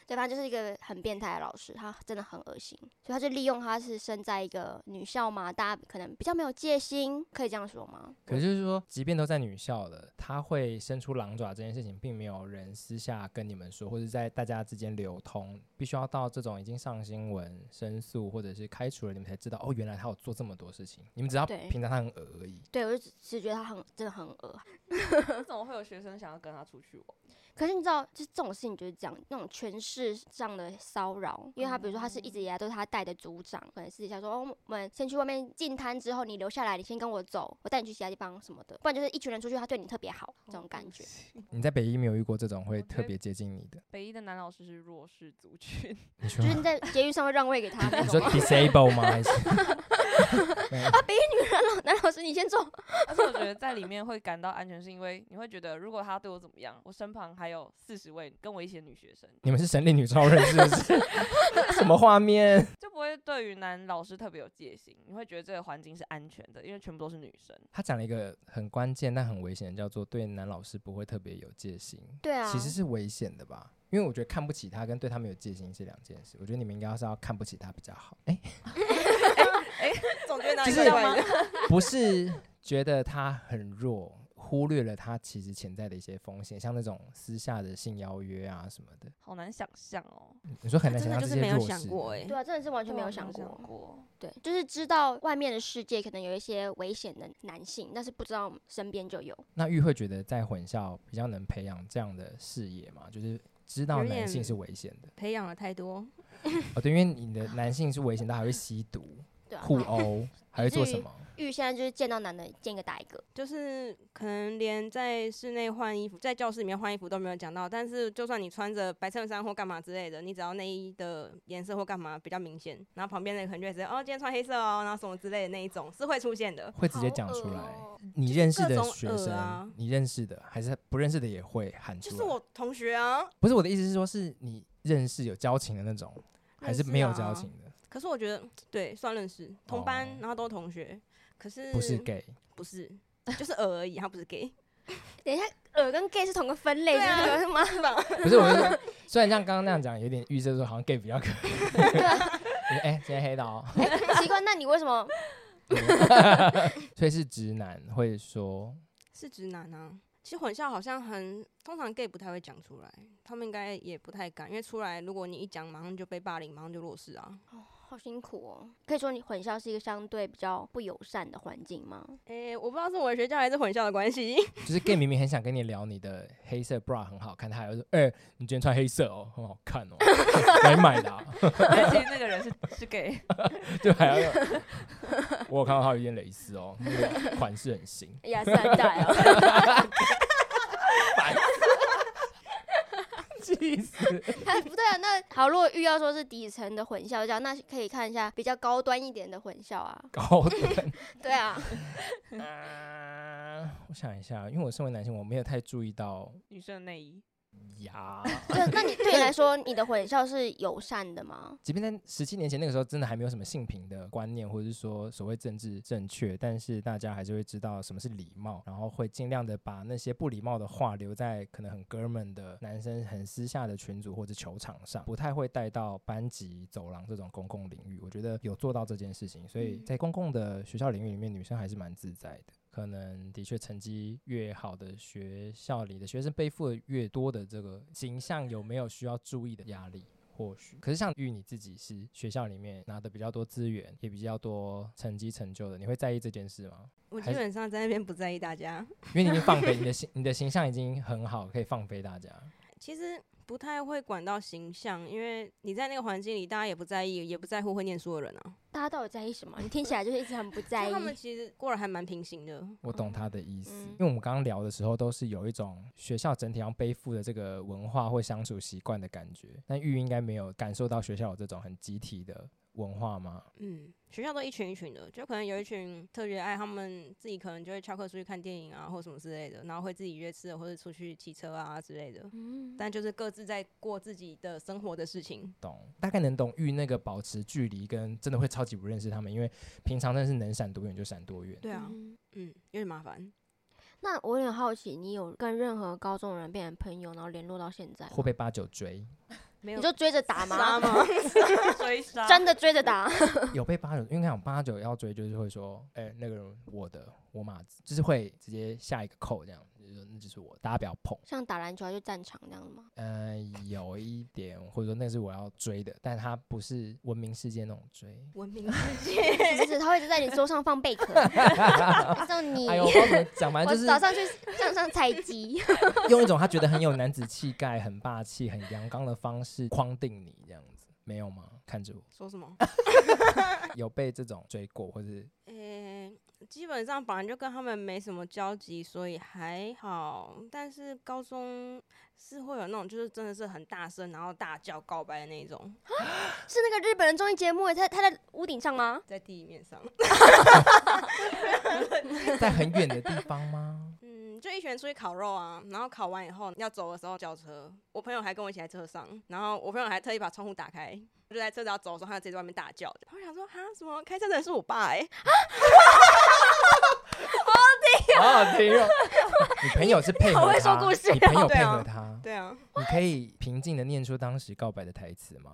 [SPEAKER 2] 对，反正就是一个很变态的老师，他真的很恶心，所以他就利用他是身在一个女校嘛，大家可能比较没有戒心，可以这样说吗？
[SPEAKER 1] 可是就是说，即便都在女校了，他会伸出狼爪这件事情，并没有人私下跟你们说，或者在大家之间流通，必须要到这种已经上新闻、申诉或者是开除了，你们才知道哦，原来他有做这么多事情。你们只要
[SPEAKER 2] 对
[SPEAKER 1] 平常他很恶而已。
[SPEAKER 2] 对，我就只只觉得他很真的很恶。
[SPEAKER 3] 为什么会有学生想要跟他出去玩？哦
[SPEAKER 2] 可是你知道，就是这种事情就是这样，那种权势上的骚扰，因为他比如说他是一
[SPEAKER 1] 嗯
[SPEAKER 2] 直以来都是他带的组长，可能私底下说，哦，我们先去外面进摊之后，你留下来，你先跟我走，我带你去其他地方什么的，不然就是一群人出去，他对你特别好这种
[SPEAKER 1] 嗯
[SPEAKER 2] 感觉。
[SPEAKER 1] 你在北医没有遇过这种会
[SPEAKER 3] 我觉得
[SPEAKER 1] 特别接近你的，
[SPEAKER 3] 北一的男老师是弱势族群，
[SPEAKER 1] 你说
[SPEAKER 2] 就 是你在监狱上会让位给他那
[SPEAKER 1] 你说
[SPEAKER 2] 种吗。
[SPEAKER 1] disable 吗？ 还是没有
[SPEAKER 2] 男老师，你先坐。
[SPEAKER 3] 而且我觉得在里面会感到安全，是因为你会觉得如果他对我怎么样，我身旁还有四十位跟我一起的女学生，
[SPEAKER 1] 你们是神力女超人是不是？ 什么画面？
[SPEAKER 3] 就不会对于男老师特别有戒心，你会觉得这个环境是安全的，因为全部都是女生。
[SPEAKER 1] 他讲了一个很关键但很危险的，叫做对男老师不会特别有戒心。
[SPEAKER 2] 对啊，
[SPEAKER 1] 其实是危险的吧？因为我觉得看不起他跟对他们有戒心是两件事。我觉得你们应该是要看不起他比较好。哎、
[SPEAKER 4] 总觉得哪
[SPEAKER 1] 就
[SPEAKER 4] 里
[SPEAKER 1] 是
[SPEAKER 4] 怪怪的。
[SPEAKER 1] 不 是觉得他很弱，忽略了他其实潜在的一些风险，像那种私下的性邀约啊什么的。
[SPEAKER 3] 好难想象哦，
[SPEAKER 1] 你说很难
[SPEAKER 4] 啊真
[SPEAKER 1] 想象
[SPEAKER 4] 的
[SPEAKER 1] 这
[SPEAKER 4] 就是
[SPEAKER 1] 些
[SPEAKER 4] 没有
[SPEAKER 1] 弱
[SPEAKER 4] 想
[SPEAKER 1] 势。
[SPEAKER 4] 过哎、
[SPEAKER 2] 对啊，真的是完全没有想
[SPEAKER 3] 想
[SPEAKER 2] 过。
[SPEAKER 3] 过。
[SPEAKER 2] 对，就是知道外面的世界可能有一些危险的男性，但是不知道身边就有。
[SPEAKER 1] 那玉会觉得在混校比较能培养这样的视野嘛？就是知道
[SPEAKER 4] 有
[SPEAKER 1] 男性
[SPEAKER 4] 点
[SPEAKER 1] 是危险的
[SPEAKER 4] 培养了太多，
[SPEAKER 1] 哦，对，因为你的男性是危险，他还会吸 毒、
[SPEAKER 2] 对啊，
[SPEAKER 1] 互
[SPEAKER 2] 然后
[SPEAKER 1] 殴，还会做
[SPEAKER 2] 至
[SPEAKER 1] 什
[SPEAKER 2] 于
[SPEAKER 1] 么？
[SPEAKER 2] 玉现在就是见到男的见一个打一个，
[SPEAKER 4] 就是可能连在室内换衣服，在教室里面换衣服都没有讲到。但是就算你穿着白衬衫或干嘛之类的，你只要内衣的颜色或干嘛比较明显，然后旁边的人可能就会直接哦，今天穿黑色哦，然后什么之类的那一种是会出现的。
[SPEAKER 1] 会直接
[SPEAKER 2] 好
[SPEAKER 1] 讲
[SPEAKER 2] 恶
[SPEAKER 1] 出来。
[SPEAKER 2] 哦
[SPEAKER 1] 你
[SPEAKER 4] 就是
[SPEAKER 1] 认识
[SPEAKER 4] 各
[SPEAKER 1] 的
[SPEAKER 4] 种
[SPEAKER 1] 学
[SPEAKER 4] 恶
[SPEAKER 1] 生，
[SPEAKER 4] 啊
[SPEAKER 1] 你认识的还是不认识的也会喊出来。
[SPEAKER 4] 就是我同学啊，
[SPEAKER 1] 不是我的意思是说，是你认识有交情的那种，还是
[SPEAKER 4] 认识
[SPEAKER 1] 没有
[SPEAKER 4] 啊
[SPEAKER 1] 交情的？
[SPEAKER 4] 可是我觉得对算认识，同班
[SPEAKER 1] 哦，
[SPEAKER 4] 然后都同学，可是
[SPEAKER 1] 不是 gay，
[SPEAKER 4] 不是就是耳而已，他不是 gay，
[SPEAKER 2] 等一下，耳跟 gay 是同个分类，
[SPEAKER 4] 对啊
[SPEAKER 2] 是 吗？
[SPEAKER 4] 是吧？
[SPEAKER 1] 不是我是 说，虽然像刚刚那样讲，有点预设说好像 gay 比较可以。你 哎，今天黑的哦，
[SPEAKER 2] 奇怪，那你为什么？
[SPEAKER 1] 所以是直男会说，
[SPEAKER 4] 是直男啊。其实混校好像很，通常 gay 不太会讲出来，他们应该也不太敢，因为出来如果你一讲，马上就被霸凌，马上就弱势啊。
[SPEAKER 2] 好辛苦哦。可以说你混校是一个相对比较不友善的环境吗？
[SPEAKER 4] 诶、我不知道是我的学校还是混校的关系，
[SPEAKER 1] 就是 gay 明明很想跟你聊你的黑色 bra 很好看，他还会说，哎、你今天穿黑色哦，很好看哦，来买的、啊，
[SPEAKER 3] 但其实那个人是是 gay，
[SPEAKER 1] 就还 要，我有看到他有一件蕾丝哦，那个款式很新，
[SPEAKER 2] 亚瑟代哦，
[SPEAKER 1] 气死！
[SPEAKER 2] 哎 不对啊。那好，如果遇到说是底层的混校这样，那可以看一下比较高端一点的混校啊。
[SPEAKER 1] 高 端。
[SPEAKER 2] 对啊，
[SPEAKER 1] 啊我想一下，因为我身为男性，我没有太注意到
[SPEAKER 3] 女生的内衣。
[SPEAKER 1] 呀。
[SPEAKER 2] 就那你对你 来说，你的混校是友善的吗？
[SPEAKER 1] 即便在十七年前那个时候，真的还没有什么性平的观念，或者是说所谓政治正确，但是大家还是会知道什么是礼貌，然后会尽量的把那些不礼貌的话留在可能很哥们的男生很私下的群组或者球场上，不太会带到班级、走廊这种公共领域。我觉得有做到这件事情，所以
[SPEAKER 3] 嗯
[SPEAKER 1] 在公共的学校领域里面，女生还是蛮自在的。可能的确成绩越好的学校里的学生背负的越多的这个形象，有没有需要注意的压力？或许，可是像玉你自己是学校里面拿的比较多资源，也比较多成绩成就的，你会在意这件事吗？
[SPEAKER 4] 我
[SPEAKER 1] 还
[SPEAKER 4] 基
[SPEAKER 1] 是
[SPEAKER 4] 本上在那边不在意大家。
[SPEAKER 1] 因为你已经放飞你的形，你的形象已经很好，可以放飞大家。
[SPEAKER 4] 其实不太会管到形象，因为你在那个环境里，大家也不在意，也不在乎会念书的人啊。
[SPEAKER 2] 大家到底在意什么？你听起来就是一直很不在
[SPEAKER 4] 就
[SPEAKER 2] 意
[SPEAKER 4] 他。们其实过得还蛮平行的。
[SPEAKER 1] 我懂他的意思，
[SPEAKER 2] 嗯
[SPEAKER 1] 因为我们刚刚聊的时候都是有一种学校整体上背负的这个文化或相处习惯的感觉，但玉应该没有感受到学校有这种很集体的文化吗？
[SPEAKER 4] 嗯，学校都一群一群的，就可能有一群特别爱他们自己，可能就会翘课出去看电影啊，或什么之类的，然后会自己约吃的，或者出去骑车啊之类的。
[SPEAKER 2] 嗯，
[SPEAKER 4] 但就是各自在过自己的生活的事情。
[SPEAKER 1] 懂，大概能懂玉那个保持距离跟真的会超级不认识他们，因为平常真的是能闪多远就闪多远。
[SPEAKER 4] 对啊，
[SPEAKER 2] 嗯
[SPEAKER 4] 嗯，有点麻烦。
[SPEAKER 2] 那我有点好奇，你有跟任何高中的人变成朋友，然后联络到现在吗？
[SPEAKER 1] 会被八九追，
[SPEAKER 4] 没有
[SPEAKER 2] 你就追着打
[SPEAKER 4] 杀
[SPEAKER 2] 吗？
[SPEAKER 4] 吗？
[SPEAKER 3] 追杀
[SPEAKER 2] 真的追着打？
[SPEAKER 1] 有被八九，因为讲八九要追，就是会说，哎、那个人我的，我马子，就是会直接下一个扣这样，就是说那就是我，大家不要碰。
[SPEAKER 2] 像打篮球啊就战场这样的 吗？
[SPEAKER 1] 嗯、有一点或者说那是我要追的，但他不是文明世界那种追。
[SPEAKER 4] 文明世 界，
[SPEAKER 2] 不是，他会一直在你桌上放贝壳， 送你。
[SPEAKER 1] 哎呦，我不知道怎么讲，反
[SPEAKER 2] 我
[SPEAKER 1] 正就是
[SPEAKER 2] 早上去上上采集，
[SPEAKER 1] 用一种他觉得很有男子气概、很霸气、很阳刚的方式框定你这样子，没有吗？看着我。
[SPEAKER 4] 说什么？
[SPEAKER 1] 有被这种追过，或是
[SPEAKER 4] 诶、基本上本来就跟他们没什么交集，所以还好。但是高中是会有那种，就是真的是很大声，然后大叫告白的那一种，
[SPEAKER 2] 是那个日本人综艺节目耶，他他在屋顶上吗？
[SPEAKER 4] 在地面上，
[SPEAKER 1] 在很远的地方吗？
[SPEAKER 4] 嗯，就一群人出去烤肉啊，然后烤完以后要走的时候叫车，我朋友还跟我一起在车上，然后我朋友还特意把窗户打开。就在车子要走的时候，他就直接在外面大叫。我想说，哈，什么开车的人是我爸哎、
[SPEAKER 1] 好好听哦！ 你朋友是配合
[SPEAKER 2] 好
[SPEAKER 1] 他，
[SPEAKER 2] 会说故事
[SPEAKER 1] 你朋
[SPEAKER 4] 哦
[SPEAKER 1] 友
[SPEAKER 4] 对
[SPEAKER 1] 配
[SPEAKER 4] 啊
[SPEAKER 1] 合他，
[SPEAKER 4] 对啊，
[SPEAKER 1] 你可以平静的念出当时告白的台词吗？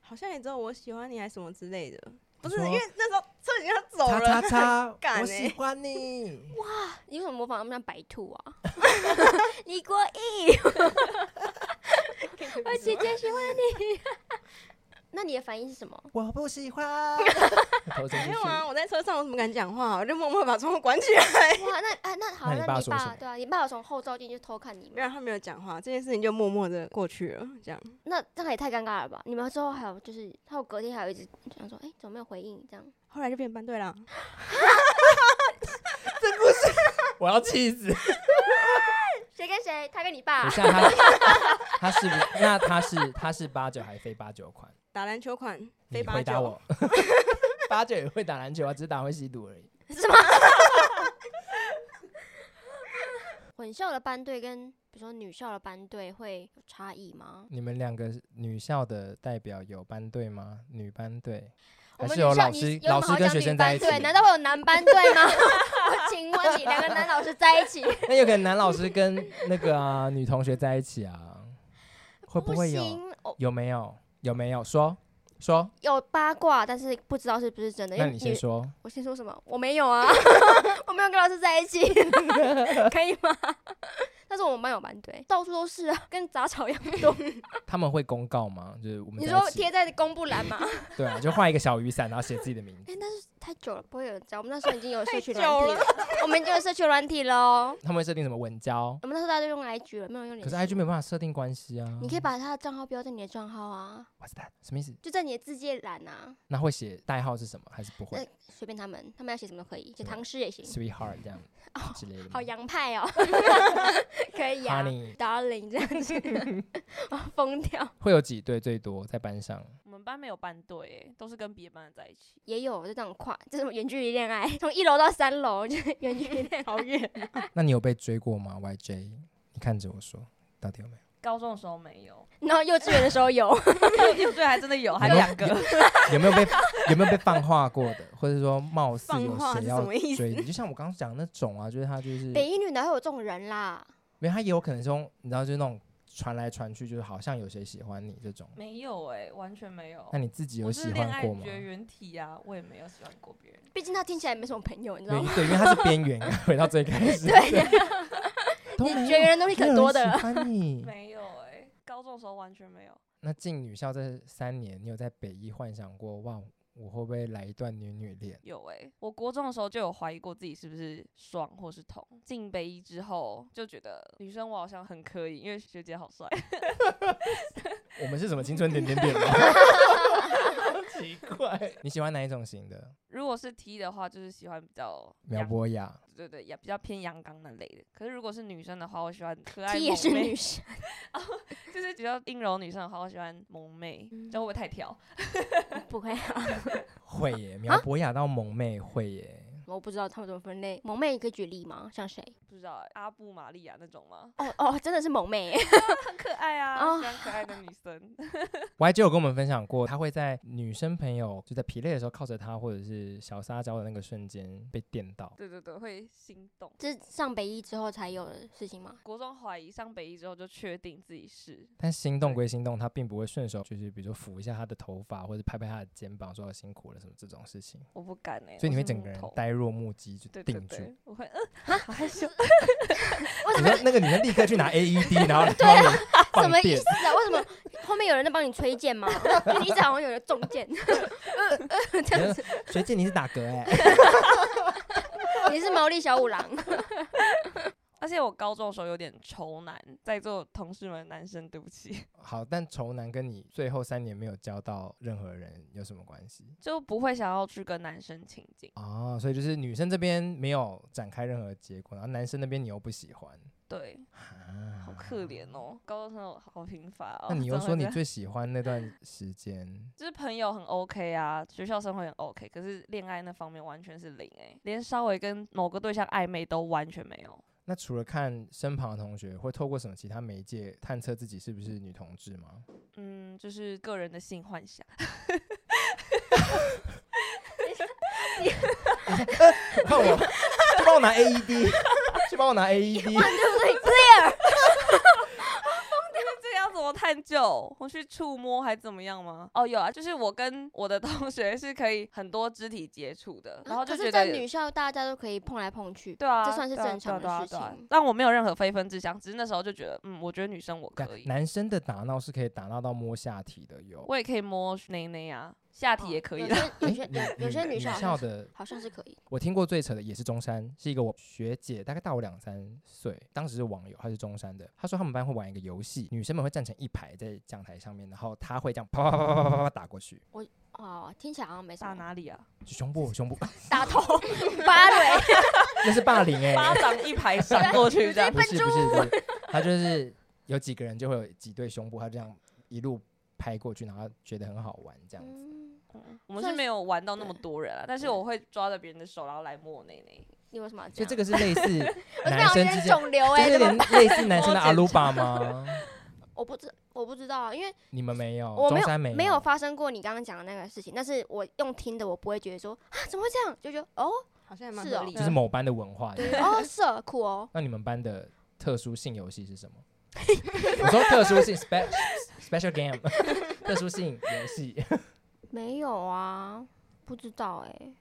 [SPEAKER 4] 好像也只有我喜欢你还是什么之类的，不是
[SPEAKER 1] 你说
[SPEAKER 4] 因为那时候车已经要走
[SPEAKER 1] 叉
[SPEAKER 4] 了，
[SPEAKER 1] 叉叉
[SPEAKER 4] 敢，
[SPEAKER 1] 我
[SPEAKER 4] 欸
[SPEAKER 1] 喜欢你。
[SPEAKER 2] 你为什么模仿他们像白兔啊？ 李国义，我姐姐喜欢你。 那你的反应是什么？
[SPEAKER 1] 我不喜 欢。投身
[SPEAKER 4] 没
[SPEAKER 1] 进
[SPEAKER 4] 有
[SPEAKER 1] 去，
[SPEAKER 4] 啊，我在车上，我怎么敢讲话？我就默默把窗户关起来，
[SPEAKER 2] 哇，那啊那好，
[SPEAKER 1] 那你
[SPEAKER 2] 那
[SPEAKER 1] 爸
[SPEAKER 2] 你
[SPEAKER 1] 说什么
[SPEAKER 2] 爸对啊，你爸有从后照镜去偷看你
[SPEAKER 4] 没
[SPEAKER 2] 吗？
[SPEAKER 4] 有，他没有讲话，这件事情就默默的过去了。这样，
[SPEAKER 2] 那这样也太尴尬了吧？你们之后还有就是，还有隔天还有一直想说，哎、怎么没有回应？这样
[SPEAKER 4] 后来就变班队了。
[SPEAKER 1] 我要气 死。
[SPEAKER 2] 谁跟谁？他跟你爸
[SPEAKER 1] 等一？下他，他是不？那他是他是八九还非八九款？
[SPEAKER 4] 打篮球款，
[SPEAKER 1] 你
[SPEAKER 4] 非八
[SPEAKER 1] 回答
[SPEAKER 4] 九，
[SPEAKER 1] 我。 八九也会打篮球啊，只是打会吸毒而已。
[SPEAKER 2] 混校的班队跟比如说女校的班队会有差异吗？
[SPEAKER 1] 你们两个女校的代表有班队吗？女班队
[SPEAKER 2] 我
[SPEAKER 1] 还
[SPEAKER 2] 们
[SPEAKER 1] 是
[SPEAKER 2] 女
[SPEAKER 1] 有
[SPEAKER 2] 校
[SPEAKER 1] 老
[SPEAKER 2] 你
[SPEAKER 1] 师
[SPEAKER 2] 有
[SPEAKER 1] 老
[SPEAKER 2] 什么
[SPEAKER 1] 师
[SPEAKER 2] 好
[SPEAKER 1] 跟
[SPEAKER 2] 讲
[SPEAKER 1] 学
[SPEAKER 2] 女
[SPEAKER 1] 生在
[SPEAKER 2] 班
[SPEAKER 1] 一起？
[SPEAKER 2] 队难道会有男班队吗？ 我请问你，两个男老师在一起，
[SPEAKER 1] 那有可能男老师跟那个啊女同学在一起啊，会不会有？
[SPEAKER 2] 行，哦
[SPEAKER 1] 有没有？有没有？说说，
[SPEAKER 2] 有八卦，但是不知道是不是真的。因
[SPEAKER 1] 那
[SPEAKER 2] 为
[SPEAKER 1] 你先
[SPEAKER 2] 女
[SPEAKER 1] 说。
[SPEAKER 2] 我先 说什么？我没有啊，我没有跟老师在一起，可以吗？但是我们班有班队，到处都是啊，跟杂草一样多。
[SPEAKER 1] 他们会公告吗？就是我们
[SPEAKER 2] 你
[SPEAKER 1] 在一
[SPEAKER 2] 说
[SPEAKER 1] 起
[SPEAKER 2] 贴在公布栏嘛？
[SPEAKER 1] 对啊，就画一个小雨伞，然后写自己的名字。
[SPEAKER 2] 太久了，不会有人知道。我们那时候已经有社群
[SPEAKER 4] 久
[SPEAKER 2] 软体了，我们已经有社群软体了哦。
[SPEAKER 1] 他们会设定什么文交？
[SPEAKER 2] 我们那时候大家都用 IG 了，没有用脸
[SPEAKER 1] 可
[SPEAKER 2] 书。
[SPEAKER 1] 是 IG 没办法设定关系啊。
[SPEAKER 2] 嗯你可以把他的账号标在你的账号啊，
[SPEAKER 1] 哇塞，什么意思？
[SPEAKER 2] 就在你的字界栏啊，
[SPEAKER 1] 那会写代号是什么？还是不会
[SPEAKER 2] 呃随便他们，他们要写什么都可以，写
[SPEAKER 1] 对
[SPEAKER 2] 唐诗也行。
[SPEAKER 1] ？Sweetheart 这样之类的吗。
[SPEAKER 2] 哦好洋派 哦，可以啊呀、
[SPEAKER 1] Honey
[SPEAKER 2] darling 这样子， 我要疯掉。
[SPEAKER 1] 会有几对最多在班上？
[SPEAKER 3] 我们班没有班队、欸，都是跟别班的在一起。
[SPEAKER 2] 也有就这种跨，这种远距离恋爱，从一楼到三楼就是 远距离恋爱。
[SPEAKER 4] 好远，
[SPEAKER 1] 那你有被追过吗？YJ，你看着我说，到底有没有？
[SPEAKER 3] 高中的时候没 有，
[SPEAKER 2] 然后幼稚园的时 候有，
[SPEAKER 3] 幼幼稚园还真的有，还
[SPEAKER 1] 你们
[SPEAKER 3] 两个。
[SPEAKER 1] 有没有被有没有被放话过的，或者说貌似有
[SPEAKER 4] 放话
[SPEAKER 1] 谁
[SPEAKER 4] 是
[SPEAKER 1] 要
[SPEAKER 4] 什么意思
[SPEAKER 1] 追你？就像我刚刚讲的那种啊，就是他就是，
[SPEAKER 2] 北一女哪会有这种人啦？
[SPEAKER 1] 没有他也有可能是用，你知道就是那种传来传去，就是好像有谁喜欢你这种。
[SPEAKER 3] 没有哎、完全没有
[SPEAKER 1] 那。你自己有
[SPEAKER 3] 我
[SPEAKER 1] 喜
[SPEAKER 3] 是恋
[SPEAKER 1] 欢
[SPEAKER 3] 爱
[SPEAKER 1] 过吗？
[SPEAKER 3] 绝缘体啊，我也没有喜欢过别人。
[SPEAKER 2] 毕竟她听起来没什么朋友，你知
[SPEAKER 1] 对
[SPEAKER 2] 道吗？
[SPEAKER 1] 对，因为他是边缘，啊回到最开 始。
[SPEAKER 2] 对呀、
[SPEAKER 1] 都
[SPEAKER 2] 你
[SPEAKER 1] 没
[SPEAKER 2] 绝
[SPEAKER 1] 有
[SPEAKER 2] 缘的东西
[SPEAKER 1] 没
[SPEAKER 2] 可
[SPEAKER 1] 有
[SPEAKER 2] 多
[SPEAKER 1] 人
[SPEAKER 2] 的 了
[SPEAKER 1] 喜。欢你。
[SPEAKER 3] 没有哎、高中的时候完全没有。
[SPEAKER 1] 那进女校这三年，你有在北一幻想过，哇，我会不会来一段女女恋？
[SPEAKER 3] 有哎、我国中的时候就有怀疑过自己是不是双或是同。进北一之后就觉得女生我好像很可以，因为学姐好帅。
[SPEAKER 1] 我们是什么青春点点点吗？ 好奇怪。你喜欢哪一种型的？
[SPEAKER 3] 如果是 T 的话，就是喜欢比较
[SPEAKER 1] 苗
[SPEAKER 3] 阳，
[SPEAKER 1] 博雅，
[SPEAKER 3] 对对，也比较偏阳刚那类的。可是如果是女生的话，我喜欢可爱
[SPEAKER 2] T
[SPEAKER 3] 萌
[SPEAKER 2] 也是
[SPEAKER 3] 妹
[SPEAKER 2] 女，生，
[SPEAKER 3] 就是比较阴柔女生的话，我喜欢萌妹。这样会不会太挑？
[SPEAKER 2] 不会啊，
[SPEAKER 1] 会
[SPEAKER 3] 啊
[SPEAKER 1] 耶，苗博雅到萌妹会耶。
[SPEAKER 2] 我不知道他们怎么分类。萌妹，你可以举例吗？像谁？
[SPEAKER 3] 不知道欸阿布玛利亚那种吗？
[SPEAKER 2] 哦哦，真的是萌 妹耶，
[SPEAKER 3] 很可爱啊，
[SPEAKER 2] 哦
[SPEAKER 3] 喜欢可爱的女生。
[SPEAKER 1] 我还就有跟我们分享过，她会在女生朋友就在疲累的时候靠着她，或者是小撒娇的那个瞬间被电到。
[SPEAKER 3] 对对对，会心动。
[SPEAKER 2] 这是上北一之后才有的事情吗？
[SPEAKER 3] 国中怀疑上北一之后就确定自己是，
[SPEAKER 1] 但心动归心动，她并不会顺手就是比如说抚一下她的头发，或者拍拍她的肩膀，说辛苦了什么这种事情。
[SPEAKER 3] 我不敢哎、
[SPEAKER 1] 所以你会
[SPEAKER 3] 我是
[SPEAKER 1] 整
[SPEAKER 3] 木
[SPEAKER 1] 个人
[SPEAKER 3] 头
[SPEAKER 1] 呆若木鸡，就
[SPEAKER 3] 对对
[SPEAKER 1] 定住。
[SPEAKER 3] 对，我会嗯，好害羞。
[SPEAKER 1] 你说那个女生立刻去 拿 AED，然后帮你
[SPEAKER 2] 什
[SPEAKER 1] 放
[SPEAKER 2] 么意
[SPEAKER 1] 电
[SPEAKER 2] 思，啊？为什么后面有人在帮你吹剑吗？ 你一直好像有人中箭，
[SPEAKER 1] 呃
[SPEAKER 2] 这样子。
[SPEAKER 1] 学姐你是打嗝哎、
[SPEAKER 2] 你是毛利小五郎，
[SPEAKER 3] 而且我高中的时候有点愁男，在座同事们男生，对不起，
[SPEAKER 1] 好，但仇男跟你最后三年没有交到任何人有什么关系？
[SPEAKER 3] 就不会想要去跟男生亲近。
[SPEAKER 1] 哦，所以就是女生这边没有展开任何结果，然后男生那边你又不喜欢，
[SPEAKER 3] 对，
[SPEAKER 1] 啊
[SPEAKER 3] 好可怜哦，高中生活好贫乏哦。
[SPEAKER 1] 那你又
[SPEAKER 3] 怎么
[SPEAKER 1] 说你
[SPEAKER 3] 会这样
[SPEAKER 1] 最喜欢那段时间，
[SPEAKER 3] 就是朋友很 OK 啊，学校生活也很 OK，可是恋爱那方面完全是零哎、连稍微跟某个对象暧昧都完全没有。
[SPEAKER 1] 那除了看身旁的同学，会透过什么其他媒介探测自己是不是女同志吗？
[SPEAKER 3] 嗯，就是个人的性幻想。
[SPEAKER 1] 看我，去帮我拿 AED，去帮我拿 E AED。
[SPEAKER 3] 这个要怎么探究？我去触摸还怎么样吗？哦，有啊，就是我跟我的同学是可以很多肢体接触的，然后就
[SPEAKER 2] 嗯可
[SPEAKER 3] 觉
[SPEAKER 2] 是
[SPEAKER 3] 得
[SPEAKER 2] 在女校大家都可以碰来碰去，
[SPEAKER 3] 对啊，
[SPEAKER 2] 这算是
[SPEAKER 3] 对啊
[SPEAKER 2] 正常
[SPEAKER 3] 对啊
[SPEAKER 2] 的事
[SPEAKER 3] 对啊对啊
[SPEAKER 2] 情。
[SPEAKER 3] 但我没有任何非分之想，只是那时候就觉得，嗯，我觉得女生我可以，
[SPEAKER 1] 男生的打闹是可以打闹到摸下体的，有。
[SPEAKER 3] 我也可以摸内内啊，下体也可以
[SPEAKER 2] 有
[SPEAKER 3] 啦。
[SPEAKER 2] 些有些
[SPEAKER 1] 诶
[SPEAKER 2] 有些
[SPEAKER 1] 女
[SPEAKER 2] 女校
[SPEAKER 1] 校
[SPEAKER 2] 好像
[SPEAKER 1] 的，
[SPEAKER 2] 好像是可以，
[SPEAKER 1] 我听过最扯的也是中山，是一个我学姐，大概大我两三岁，当时是网友，她是中山的。她说他们班会玩一个游戏，女生们会站成一排在讲台上面，然后她会这样啪啪啪啪啪啪啪打过去，
[SPEAKER 2] 哦，听起来好像没什
[SPEAKER 3] 打
[SPEAKER 2] 么。
[SPEAKER 3] 哪里啊？
[SPEAKER 1] 就胸部 胸部，
[SPEAKER 2] 打头芭蕾，
[SPEAKER 1] 那是霸凌哎、
[SPEAKER 3] 巴掌一排闪过
[SPEAKER 2] 啊
[SPEAKER 3] 去这样。
[SPEAKER 1] 不是不是不是，她就是有几个人就会有几对胸部，她这样一路拍过去，然后觉得很好玩这样子。
[SPEAKER 2] 嗯
[SPEAKER 3] 我们
[SPEAKER 2] 算
[SPEAKER 3] 是
[SPEAKER 2] 是
[SPEAKER 3] 没有玩到那么
[SPEAKER 2] 对
[SPEAKER 3] 多人啊，但是
[SPEAKER 2] 对
[SPEAKER 3] 我会抓着别人的手，然后来摸内内。
[SPEAKER 2] 你为什么要
[SPEAKER 1] 所以
[SPEAKER 2] 这
[SPEAKER 1] 这个是
[SPEAKER 2] 样？
[SPEAKER 1] 类 似
[SPEAKER 2] 我
[SPEAKER 1] 男生
[SPEAKER 2] 这两
[SPEAKER 1] 之
[SPEAKER 2] 天
[SPEAKER 1] 间，
[SPEAKER 2] 肿瘤
[SPEAKER 1] 就
[SPEAKER 2] 哎，
[SPEAKER 1] 是
[SPEAKER 2] 怎么
[SPEAKER 1] 连类似男生的
[SPEAKER 3] 多
[SPEAKER 1] 阿
[SPEAKER 3] 检
[SPEAKER 1] 鲁巴吗？
[SPEAKER 2] 我不知我不知道啊，因为
[SPEAKER 1] 你们没有，哦
[SPEAKER 2] 我没
[SPEAKER 1] 中
[SPEAKER 2] 有
[SPEAKER 1] 山啊没
[SPEAKER 2] 没有发生过你刚刚讲的那个事情，但是我用听的，我不会觉得说啊怎么会这样，就觉得哦
[SPEAKER 4] 好像还蛮
[SPEAKER 2] 是
[SPEAKER 4] 合
[SPEAKER 2] 哦
[SPEAKER 4] 理
[SPEAKER 1] 就
[SPEAKER 4] 的。
[SPEAKER 1] 是某班的文化。
[SPEAKER 2] 对哦是哦酷 哦，
[SPEAKER 1] 那你们班的特殊性游戏是什么？ 我说特殊性 special special game，特 殊性游戏。
[SPEAKER 2] 没有啊，不知道哎、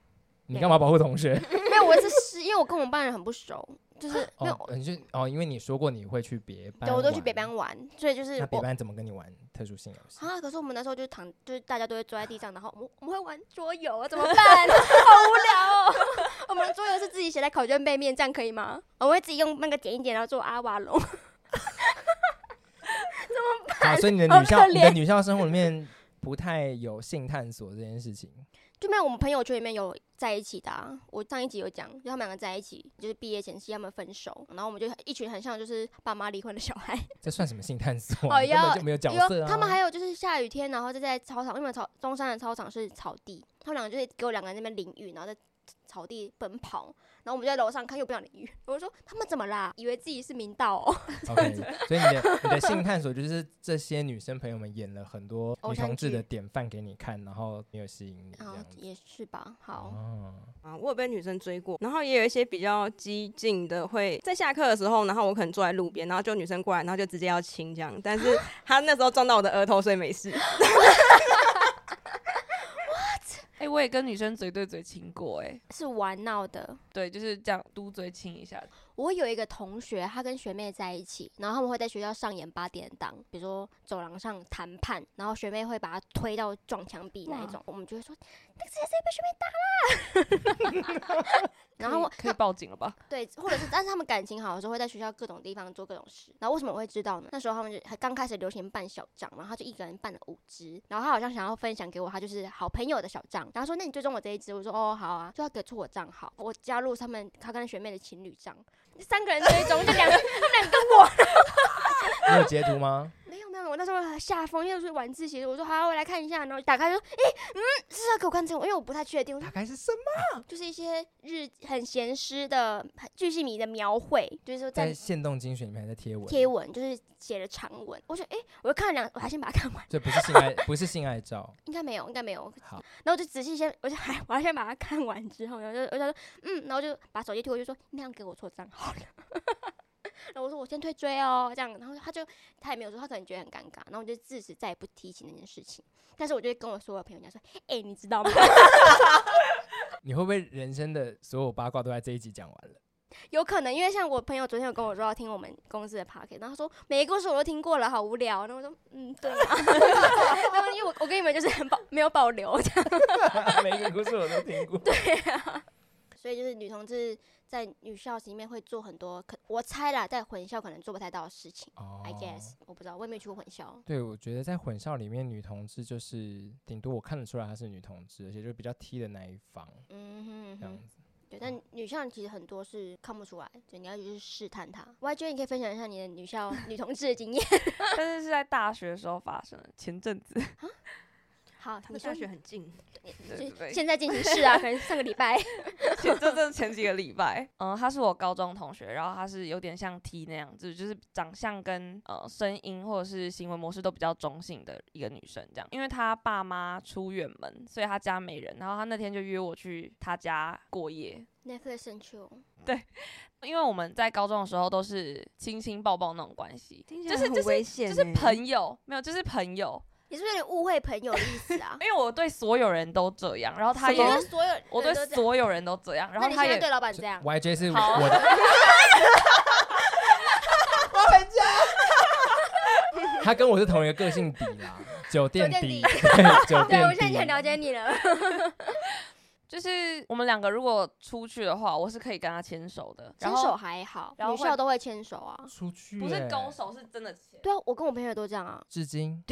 [SPEAKER 1] 你干嘛保护同学？
[SPEAKER 2] 没有，有我是是因为我跟我们班人很不熟，就是因为
[SPEAKER 1] 哦，你就哦，因为你说过你会去别班，
[SPEAKER 2] 对我都去北班，玩，所以就是
[SPEAKER 1] 那
[SPEAKER 2] 我
[SPEAKER 1] 别班怎么跟你玩特殊性游戏？
[SPEAKER 2] 啊，可是我们那时候就是躺，就是大家都会坐在地上，然后我们我们会玩桌游，啊怎么办？ 好无聊哦。 我们的桌游是自己写在考卷背面，这样可以吗？我会自己用那个点一点，然后做阿瓦隆。
[SPEAKER 1] 好，所以你的
[SPEAKER 2] 好
[SPEAKER 1] 女校，
[SPEAKER 2] 可
[SPEAKER 1] 你的
[SPEAKER 2] 怜
[SPEAKER 1] 女校生活里面不太有性探索这件事情。
[SPEAKER 2] 就没有我们朋友圈里面有在一起的、啊，我上一集有讲，就他们两个在一起，就是毕业前夕他们分手，然后我们就一群很像就是爸妈离婚的小孩，
[SPEAKER 1] 这算什么性探索、
[SPEAKER 2] 哦
[SPEAKER 1] 啊？根
[SPEAKER 2] 要
[SPEAKER 1] 本就没有角色
[SPEAKER 2] 有
[SPEAKER 1] 啊！
[SPEAKER 2] 他们还有就是下雨天，然后就在操场，因为草中山的操场是草地，他们两个就是给我两个人在那边淋雨，然后在草地奔跑，然后我们就在楼上看，又不想淋雨，我就说他们怎么啦？以为自己是明道哦，
[SPEAKER 1] OK，所以你的你的性探索就是这些女生朋友们演了很多
[SPEAKER 2] 偶
[SPEAKER 1] 女
[SPEAKER 2] 像
[SPEAKER 1] 同志
[SPEAKER 2] 剧
[SPEAKER 1] 的典范给你看，然后没有吸引你这
[SPEAKER 2] 然后
[SPEAKER 1] 样子。
[SPEAKER 2] 也是吧，好，
[SPEAKER 1] 哦，
[SPEAKER 4] 啊，我有被女生追过，然后也有一些比较激进的，会在下课的时候，然后我可能坐在路边，然后就女生过来，然后就直接要亲这样，但是她那时候撞到我的额头，所以没事。
[SPEAKER 3] 哎、我也跟女生嘴对嘴亲过、哎，
[SPEAKER 2] 是玩闹的。
[SPEAKER 3] 对，就是这样嘟嘴亲一下。
[SPEAKER 2] 我有一个同学，他跟学妹在一起，然后他们会在学校上演八点档，比如说走廊上谈判，然后学妹会把他推到撞墙壁那一
[SPEAKER 3] 哇
[SPEAKER 2] 种，我们就会说那个谁谁谁被学妹 打啦，然后 我
[SPEAKER 3] 可以可以报警了吧？
[SPEAKER 2] 对，或者是，但是他们感情好的时候会在学校各种地方做各种事。然后为什么我会知道呢？那时候他们就还刚开始流行办小账，然后他就一个人办了五支，然后他好像想要分享给我，他就是好朋友的小账，然后说那你追踪我这一支，我说哦好啊，就他给出我账号，我加入他们他跟学妹的情侣账，三个人追踪就两个
[SPEAKER 1] 你有截图吗？
[SPEAKER 2] 没有没有，我那时候很吓疯，因为我是晚自习，我说好、我来看一下，然后打开就说诶嗯是要给我看这个，因为我不太确定，我说哦
[SPEAKER 1] 大概是什么？
[SPEAKER 2] 就是一些日很闲诗的很巨细靡的描绘，就是说在
[SPEAKER 1] 在限动精选里面还在贴文，
[SPEAKER 2] 贴文，就是写了长文。我说，诶，我就看了两，我还先把它看完，
[SPEAKER 1] 这不是性爱， 不是性爱照。
[SPEAKER 2] 应该没有，应该没有。
[SPEAKER 1] 好，
[SPEAKER 2] 然后我就仔细先，我就还我还先把它看完之后，然后就我就说，嗯，然后就把手机推过去说，那样给我做账号了。 然后我说我先退追哦，这样，然后他就他也没有说，他可能觉得很尴尬，然后我就自此再也不提起那件事情。但是我就会跟我所有朋友讲说，诶，你知道吗？
[SPEAKER 1] 你会不会人生的所有八卦都在这一集讲 完了？
[SPEAKER 2] 有可能，因为像我朋友昨天有跟我说要听我们公司的 p o c k e t 然后他说每一个故事我都听过了，好无聊。然后我说嗯，对啊。 然后因为我我跟你们就是很保没有保留这样，
[SPEAKER 1] 每一个故事我都听过。
[SPEAKER 2] 所以就是女同志在女校里面会做很多可我猜啦，在混校可能做不太到的事情。
[SPEAKER 1] 哦
[SPEAKER 2] I guess 我不知道，我也没有去过混校。
[SPEAKER 1] 对，我觉得在混校里面，女同志就是顶多我看得出来她是女同志，而且就比较 T 的那一方
[SPEAKER 2] 嗯哼嗯
[SPEAKER 1] 这样
[SPEAKER 2] 哼
[SPEAKER 1] 子。
[SPEAKER 2] 对，但女校其实很多是看不出来，对，你要去试探它。我还觉得你可以分享一下你的女 校女同志的经验。
[SPEAKER 3] 但是是在大学的时候发生的，前阵子。
[SPEAKER 2] 好，
[SPEAKER 4] 他
[SPEAKER 2] 你
[SPEAKER 4] 们
[SPEAKER 2] 说
[SPEAKER 4] 下学很近，
[SPEAKER 3] 对
[SPEAKER 2] 就
[SPEAKER 3] 对对
[SPEAKER 2] 现在进行式啊，可能上个礼拜。
[SPEAKER 3] 前就这前几个礼拜， 嗯，他是我高中同学，然后他是有点像 T 那样子，就是长相跟呃声音或者是行为模式都比较中性的一个女生这样。因为她爸妈出远门，所以她家没人，然后她那天就约我去她家过夜。
[SPEAKER 2] Netflix and chill。
[SPEAKER 3] 因为我们在高中的时候都是亲亲抱抱那种关系，
[SPEAKER 4] 听起
[SPEAKER 3] 就
[SPEAKER 4] 来
[SPEAKER 3] 是
[SPEAKER 4] 很
[SPEAKER 3] 就是
[SPEAKER 4] 危险、欸
[SPEAKER 3] 就是朋友，没有就是朋友，
[SPEAKER 2] 你是不是有点误会朋友的意思啊？
[SPEAKER 3] 因为我对所有人都这样，然后 他
[SPEAKER 2] 你
[SPEAKER 3] 也
[SPEAKER 2] 对所有人
[SPEAKER 3] 我
[SPEAKER 2] 都
[SPEAKER 3] 对
[SPEAKER 2] 这样，
[SPEAKER 3] 所有人都这样，然
[SPEAKER 2] 那
[SPEAKER 3] 后
[SPEAKER 2] 你
[SPEAKER 3] 他
[SPEAKER 2] 现在
[SPEAKER 3] 也
[SPEAKER 2] 对老板这样，
[SPEAKER 1] YJ 是
[SPEAKER 3] 好
[SPEAKER 1] 我的。他跟我是同一个个性底啦， 酒店
[SPEAKER 2] 酒店
[SPEAKER 1] 底，
[SPEAKER 2] 底
[SPEAKER 1] 对， 酒
[SPEAKER 2] 对
[SPEAKER 1] 店
[SPEAKER 2] 我
[SPEAKER 1] 底。
[SPEAKER 2] 现在已经很了解你了。
[SPEAKER 3] 就是我们两个如果出去的话，我是可以跟他牵手的，
[SPEAKER 2] 牵
[SPEAKER 3] 然后
[SPEAKER 2] 手还好，
[SPEAKER 3] 然后
[SPEAKER 2] 女
[SPEAKER 3] 会
[SPEAKER 2] 校都会牵手啊。
[SPEAKER 1] 出去
[SPEAKER 3] 不是
[SPEAKER 1] 欸
[SPEAKER 3] 勾，手，是真的牵。
[SPEAKER 2] 对啊，我跟我朋友都这样啊。
[SPEAKER 1] 至今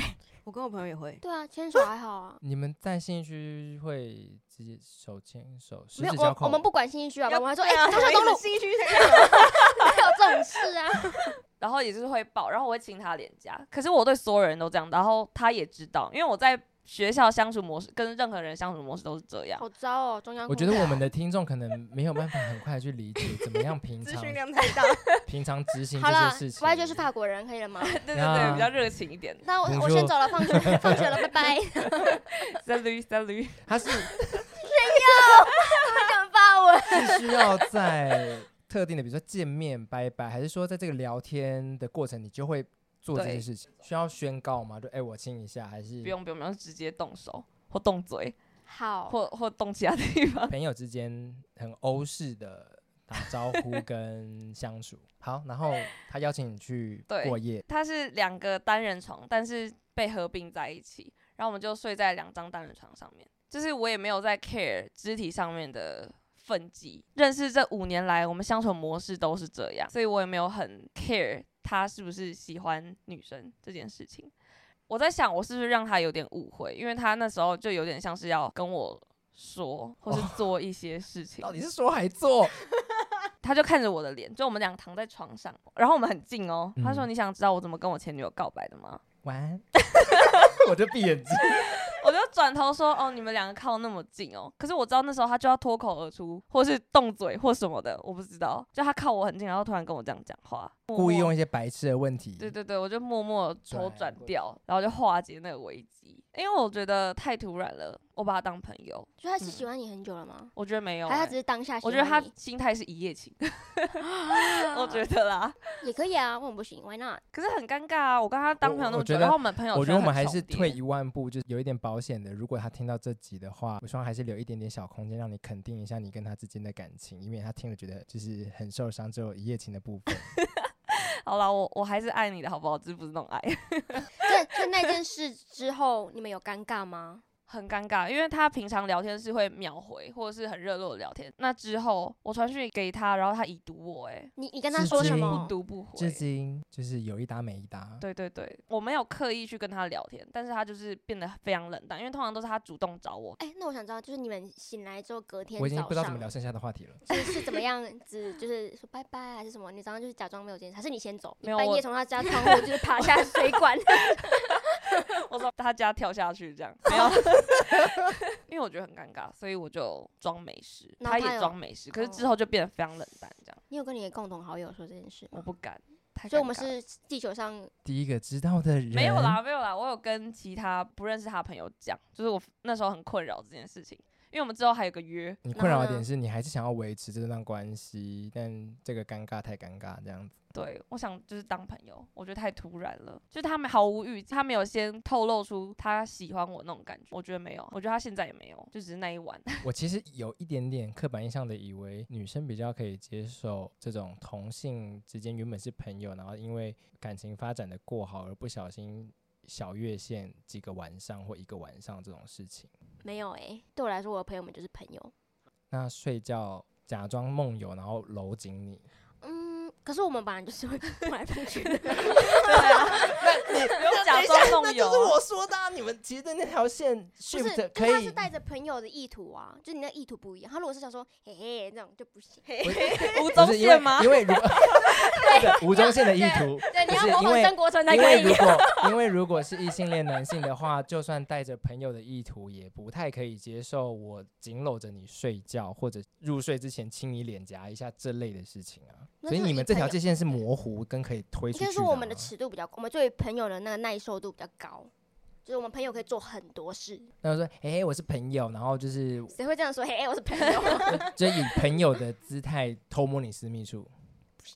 [SPEAKER 4] 我跟我朋友也会，
[SPEAKER 2] 对啊，牵手还好啊。
[SPEAKER 1] 你们在信义区会直接手牵手，十
[SPEAKER 2] 没有，
[SPEAKER 1] 指交
[SPEAKER 2] 我我
[SPEAKER 1] 扣。
[SPEAKER 2] 们不管心虚啊，
[SPEAKER 3] 要
[SPEAKER 2] 我们还说，
[SPEAKER 3] 对啊
[SPEAKER 2] 哎，中校东 路
[SPEAKER 4] 新区
[SPEAKER 2] 没有这种事啊。
[SPEAKER 3] 然后也就是会抱，然后我会亲他脸颊。可是我对所有人都这样，然后他也知道，因为我在学校相处模式跟任何人相处模式都是这样。
[SPEAKER 2] 好糟哦，中央。
[SPEAKER 1] 我觉得我们的听众可能没有办法很快地去理解怎么样 平
[SPEAKER 4] 资
[SPEAKER 1] 常
[SPEAKER 4] 讯量太大，
[SPEAKER 1] 平常执行
[SPEAKER 2] 好
[SPEAKER 1] 这
[SPEAKER 2] 了
[SPEAKER 1] 些事情。
[SPEAKER 2] ，Y 就是法国人，可以 了吗？
[SPEAKER 3] 对对
[SPEAKER 1] 啊
[SPEAKER 3] 对，比较热情一点。
[SPEAKER 2] 那我我
[SPEAKER 1] Bonjour
[SPEAKER 2] 先走了，放学放学了，拜拜。
[SPEAKER 3] Salut salut，
[SPEAKER 1] 他是
[SPEAKER 2] 讲法文，
[SPEAKER 1] 是需要在特定的，比如说见面拜拜，还是说在这个聊天的过程，你就会做这些
[SPEAKER 3] 对
[SPEAKER 1] 事情？需要宣告吗？就哎、我亲一下，还是
[SPEAKER 3] 不用不用不用，直接动手或动 嘴。
[SPEAKER 1] 哦
[SPEAKER 2] 好，
[SPEAKER 3] 或或动其他地方。
[SPEAKER 1] 朋友之间很欧式的打招 呼跟相处。好，然后他邀请你去
[SPEAKER 3] 对
[SPEAKER 1] 过夜，
[SPEAKER 3] 它是两个单人床，但是被合并在一起，然后我们就睡在两张单人床上面。就是我也没有在 care 肢体上面的分际。认识这五年来，我们相处模式都是这样，所以我也没有很 care 他是不是喜欢女生这件事情。我在想，我是不是让他有点误会，因为他那时候就有点像是要跟我说，或是做一些事情。
[SPEAKER 1] 哦 到底是说还做？
[SPEAKER 3] 他就看着我的脸，就我们俩躺在床上，然后我们很近哦。他说：“
[SPEAKER 1] 嗯
[SPEAKER 3] 你想知道我怎么跟我前女友告白的吗
[SPEAKER 1] 晚安， 我就闭 眼睛。？”
[SPEAKER 3] 我就转头说：“哦，你们两个靠那么近哦。”可是我知道那时候他就要脱口而出，或是动嘴或什么的，我不知道。就他靠我很近，然后突然跟我这样讲话，默默
[SPEAKER 1] 故意用一些白痴的问题。
[SPEAKER 3] 对对对，我就默默地头
[SPEAKER 1] 转
[SPEAKER 3] 转
[SPEAKER 1] 过去
[SPEAKER 3] 掉，然后就化解那个危机，因为我觉得太突然了，我把他当朋友，
[SPEAKER 2] 所以他是
[SPEAKER 3] 嗯
[SPEAKER 2] 喜欢你很久了吗？
[SPEAKER 3] 我觉得没有
[SPEAKER 2] 还
[SPEAKER 3] 欸、
[SPEAKER 2] 哎是他只是当下喜
[SPEAKER 3] 我
[SPEAKER 2] 欢
[SPEAKER 3] 觉得他
[SPEAKER 2] 你嗯
[SPEAKER 3] 心态是一夜情， 我觉得啦。
[SPEAKER 2] 也可以啊，为什么不行？Why not？
[SPEAKER 3] 可是很尴尬啊！我跟他当朋友那
[SPEAKER 1] 我
[SPEAKER 3] 么久，
[SPEAKER 1] 觉得
[SPEAKER 3] 然后我们朋友
[SPEAKER 1] 我觉得
[SPEAKER 3] 圈
[SPEAKER 1] 我们
[SPEAKER 3] 很
[SPEAKER 1] 还是
[SPEAKER 3] 重叠
[SPEAKER 1] 退一万步，就是有一点保险的。如果他听到这集的话，我希望还是留一点点小空间，让你肯定一下你跟他之间的感情，以免他听了觉得就是很受伤，只有一夜情的 部分。
[SPEAKER 3] 好了，我我还是爱你的好不好？只是不是那种爱，
[SPEAKER 2] 在在那件事之后，你们有尴尬吗？
[SPEAKER 3] 很尴尬，因为他平常聊天是会秒回，或者是很热络的聊天。那之后我传讯给他，然后他已读我、哎，
[SPEAKER 2] 你你跟他
[SPEAKER 1] 至
[SPEAKER 2] 说什
[SPEAKER 1] 今
[SPEAKER 2] 么
[SPEAKER 3] 不？读不回
[SPEAKER 1] 至。今哦就是有一搭没一搭。
[SPEAKER 3] 对对对，我没有刻意去跟他聊天，但是他就是变得非常冷淡，因为通常都是他主动找我。
[SPEAKER 2] 哎、那我想知道，就是你们醒来之后隔天
[SPEAKER 1] 我已经
[SPEAKER 2] 早
[SPEAKER 1] 不知道怎
[SPEAKER 2] 上
[SPEAKER 1] 么聊剩下的话题了。
[SPEAKER 2] 是是怎么样子，就是说拜拜还是什么？你早上就是假装没有这件事，还是你先走？你
[SPEAKER 3] 没有
[SPEAKER 2] 半夜
[SPEAKER 3] 我
[SPEAKER 2] 从他家窗户就是爬下水 管，
[SPEAKER 3] 我从他家跳下去这样，没有，因为我觉得很尴尬，所以我就装没事，
[SPEAKER 2] 然后
[SPEAKER 3] 他
[SPEAKER 2] 他
[SPEAKER 3] 也
[SPEAKER 2] 有
[SPEAKER 3] 装没事，可是之
[SPEAKER 2] 哦
[SPEAKER 3] 后就变得非常冷淡，这样
[SPEAKER 2] 你有跟你的共同好友说这件事
[SPEAKER 3] 我
[SPEAKER 2] 吗？
[SPEAKER 3] 不敢。太
[SPEAKER 2] 哦所以
[SPEAKER 3] 尴
[SPEAKER 2] 我们
[SPEAKER 3] 尬
[SPEAKER 2] 是地球上
[SPEAKER 1] 第一个知道的人
[SPEAKER 3] 没有啦，，没有啦，我有跟其他不认识他的朋友讲，就是我那时候很困扰这件事情，因为我们之后还有个约，
[SPEAKER 1] 你困扰
[SPEAKER 2] 然
[SPEAKER 1] 的
[SPEAKER 2] 后呢
[SPEAKER 1] 点是你还是想要维持这段关系，但这个尴尬太尴尬这样子。
[SPEAKER 3] 对我想就是当朋友，我觉得太突然了，就是他们毫无预，他没有先透露出他喜欢我那种感觉，我觉得没有，我觉得他现在也没有，就只是那一晚，
[SPEAKER 1] 我其实有一点点刻板印象的，以为女生比较可以接受这种同性之间原本是朋友，然后因为感情发展的过好而不小心小越线几个晚上或一个晚上这种事情。
[SPEAKER 2] 没有哎、对我来说，我的朋友们就是朋友。
[SPEAKER 1] 那睡觉假装梦游，然后搂紧你，
[SPEAKER 2] 嗯，可是我们本来就是 会碰来碰去的。
[SPEAKER 3] 对啊，
[SPEAKER 1] 哎
[SPEAKER 3] 不用
[SPEAKER 2] 哎
[SPEAKER 3] 假装梦游啊，
[SPEAKER 1] 说的、啊，你们其实那条线
[SPEAKER 2] 不是，但他是带着朋友的意图啊，就你那意图不一样。他如果是想说嘿嘿那种就不行。
[SPEAKER 3] 吴
[SPEAKER 1] 不
[SPEAKER 3] 宗
[SPEAKER 1] 是因为
[SPEAKER 3] 宪吗？
[SPEAKER 1] 因为如 果对吴宗宪的意图。
[SPEAKER 2] 对，你
[SPEAKER 1] 不
[SPEAKER 2] 要
[SPEAKER 1] 是
[SPEAKER 2] 模
[SPEAKER 1] 因
[SPEAKER 2] 仿
[SPEAKER 1] 为
[SPEAKER 2] 曾国成才
[SPEAKER 1] 因
[SPEAKER 2] 可
[SPEAKER 1] 为
[SPEAKER 2] 以
[SPEAKER 1] 如。果因为如果是异性恋男性的话，就算带着朋友的意图，也不太可以接受我紧搂着你睡觉，或者入睡之前亲你脸颊一下这类的事情啊。
[SPEAKER 2] 那
[SPEAKER 1] 所以
[SPEAKER 2] 就是
[SPEAKER 1] 你们
[SPEAKER 2] 以
[SPEAKER 1] 这
[SPEAKER 2] 朋
[SPEAKER 1] 条
[SPEAKER 2] 友
[SPEAKER 1] 界限是模糊跟可以推
[SPEAKER 2] 应
[SPEAKER 1] 出去
[SPEAKER 2] 该
[SPEAKER 1] 的、啊。
[SPEAKER 2] 说我们的尺度比较，我们对于朋友的那个耐受度比较高，就是我们朋友可以做很多事。
[SPEAKER 1] 那就说，哎、我是朋友，然后 就是
[SPEAKER 2] 谁会这样说？嘿，我是朋友
[SPEAKER 1] 就以朋友的姿态偷摸你私密处，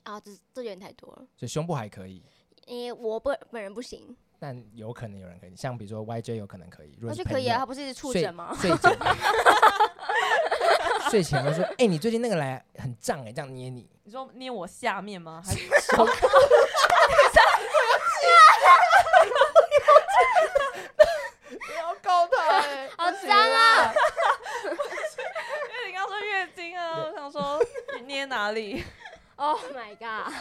[SPEAKER 2] 啊，这这有点太多了。
[SPEAKER 1] 所以胸部还可以。
[SPEAKER 2] 因为我本本人不行，
[SPEAKER 1] 但有可能有人可以，像比如说 YJ 有可能可以，如
[SPEAKER 2] 我
[SPEAKER 1] 果
[SPEAKER 2] 就是可以
[SPEAKER 1] 朋友
[SPEAKER 2] 啊，他不是一直触
[SPEAKER 1] 睡
[SPEAKER 2] 诊吗？
[SPEAKER 1] 睡前，睡前会说：“哎、你最近那个来很胀哎、这样捏你。
[SPEAKER 3] 你说捏我下面 吗？还是
[SPEAKER 1] 不要告他、欸，
[SPEAKER 2] 好脏啊！
[SPEAKER 3] 因为你刚刚说月经啊，我想说捏哪里
[SPEAKER 2] ！Oh my god！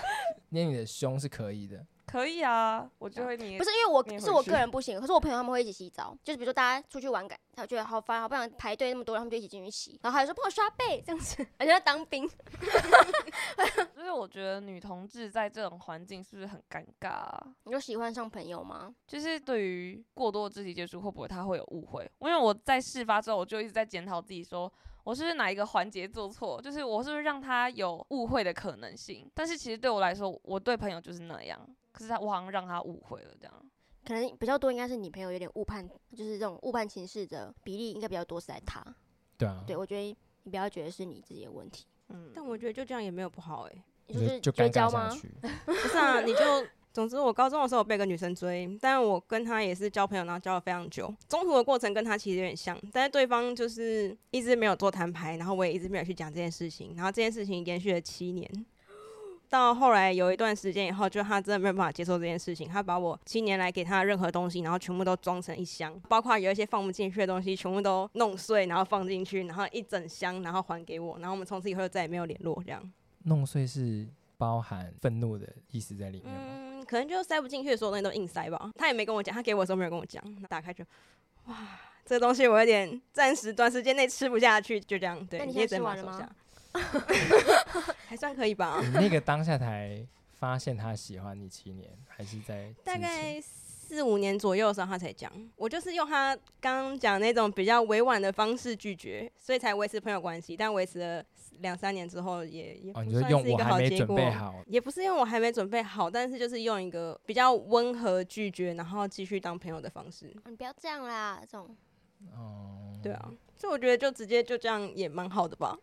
[SPEAKER 1] 捏你的胸是可以的，
[SPEAKER 3] 可以啊，我就会捏
[SPEAKER 2] 不。是因为我
[SPEAKER 3] 你
[SPEAKER 2] 是
[SPEAKER 3] 回
[SPEAKER 2] 我
[SPEAKER 3] 去
[SPEAKER 2] 个人不行，可是我朋友他们会一起洗澡，就是比如说大家出去玩，感他觉得好烦，好不想排队那么多，他们就一起进去洗，然后还说帮我刷背这样子，好像在当兵。
[SPEAKER 3] 就是我觉得女同志在这种环境是不是很尴尬、啊？
[SPEAKER 2] 你就喜欢上朋友吗？
[SPEAKER 3] 就是对于过多的肢体接触，会不会她会有误会？因为我在事发之后，我就一直在检讨自己说我是不是哪一个环节做错，就是我是不是让她有误会的可能性？但是其实对我来说，我对朋友就是那样，可是她我好像让她误会了这样。
[SPEAKER 2] 可能比较多应该是你朋友有点误判，就是这种误判情势的比例应该比较多是在他。
[SPEAKER 1] 对啊，
[SPEAKER 2] 对我觉得你不要觉得是你自己的问题，
[SPEAKER 3] 嗯，
[SPEAKER 4] 但我觉得就这样也没有不好哎、
[SPEAKER 2] 你说是
[SPEAKER 1] 就
[SPEAKER 2] 绝
[SPEAKER 1] 尴
[SPEAKER 2] 交
[SPEAKER 1] 尬下
[SPEAKER 2] 吗？
[SPEAKER 1] 去。
[SPEAKER 4] 不是啊，你就总之，我高中的时候有被一个女生追，但我跟她也是交朋友，然后交了非常久。中途的过程跟她其实有点像，但是对方就是一直没有做摊牌，然后我也一直没有去讲这件事情，然后这件事情延续了七年。到后来有一段时间以后，就她真的没有办法接受这件事情，她把我七年来给她的任何东西，然后全部都装成一箱，包括有一些放不进去的东西，全部都弄碎，然后放进去，然后一整箱，然后还给我，然后我们从此以后就再也没有联络这样。
[SPEAKER 1] 弄碎是包含愤怒的意思在里面吗？
[SPEAKER 4] 嗯，可能就塞不进去的所有东西都硬塞吧。他也没跟我讲，他给我的时候没有跟我讲。打开就，哇，这个东西我有点暂时短时间内吃不下去，就这样。对，
[SPEAKER 2] 那你
[SPEAKER 4] 你
[SPEAKER 2] 现
[SPEAKER 4] 也
[SPEAKER 2] 在
[SPEAKER 4] 只
[SPEAKER 2] 吃
[SPEAKER 4] 能
[SPEAKER 2] 完
[SPEAKER 4] 把
[SPEAKER 2] 了
[SPEAKER 4] 手
[SPEAKER 2] 吗
[SPEAKER 4] 下， 还算可以 吧。
[SPEAKER 1] 你那个当下才发现他喜欢你七年，还是在之前
[SPEAKER 4] 大概四五年左右的时候，他才讲。我就是用他刚刚讲那种比较委婉的方式拒绝，所以才维持朋友关系。但维持了两三年之后也，也
[SPEAKER 1] 哦，
[SPEAKER 4] 不
[SPEAKER 1] 你就
[SPEAKER 4] 算
[SPEAKER 1] 用
[SPEAKER 4] 是一
[SPEAKER 1] 我
[SPEAKER 4] 个
[SPEAKER 1] 还
[SPEAKER 4] 好
[SPEAKER 1] 没
[SPEAKER 4] 结
[SPEAKER 1] 准
[SPEAKER 4] 果。
[SPEAKER 1] 备好，
[SPEAKER 4] 也不是因为我还没准备好，但是就是用一个比较温和拒绝，然后继续当朋友的方式。
[SPEAKER 2] 你不要这样啦，这种
[SPEAKER 1] 哦，
[SPEAKER 4] 对啊，所以我觉得就直接就这样也蛮好的吧。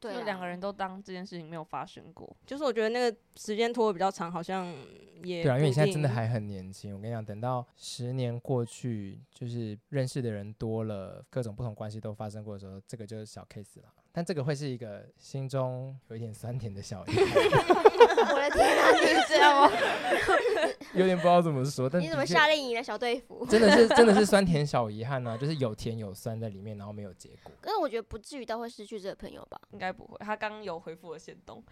[SPEAKER 2] 对啊
[SPEAKER 3] 就
[SPEAKER 2] 啦
[SPEAKER 3] 两个人都当这件事情没有发生 过。
[SPEAKER 4] 就是我觉得那个时间拖得比较长，好像也
[SPEAKER 1] 对啊，因为你
[SPEAKER 4] 不
[SPEAKER 1] 现在
[SPEAKER 4] 一
[SPEAKER 1] 真的
[SPEAKER 4] 定
[SPEAKER 1] 还很年轻。我跟你讲，等到十年过去，就是认识的人多了，各种不同关系都发生过的时候，这个就是小 case 啦。但这个会是一个心中有一点酸甜的小遗憾，
[SPEAKER 2] 我的天啊，你这样吗？
[SPEAKER 1] 有点不知道怎么说。但
[SPEAKER 2] 你怎么
[SPEAKER 1] 的确
[SPEAKER 2] 夏令营的小队服？
[SPEAKER 1] 真的是真的是酸甜小遗憾呢、啊就是有甜有酸在里面，然后没有结果。
[SPEAKER 2] 可是我觉得不至于到会失去这个朋友吧。
[SPEAKER 3] 应该不会，他刚有回复我先动，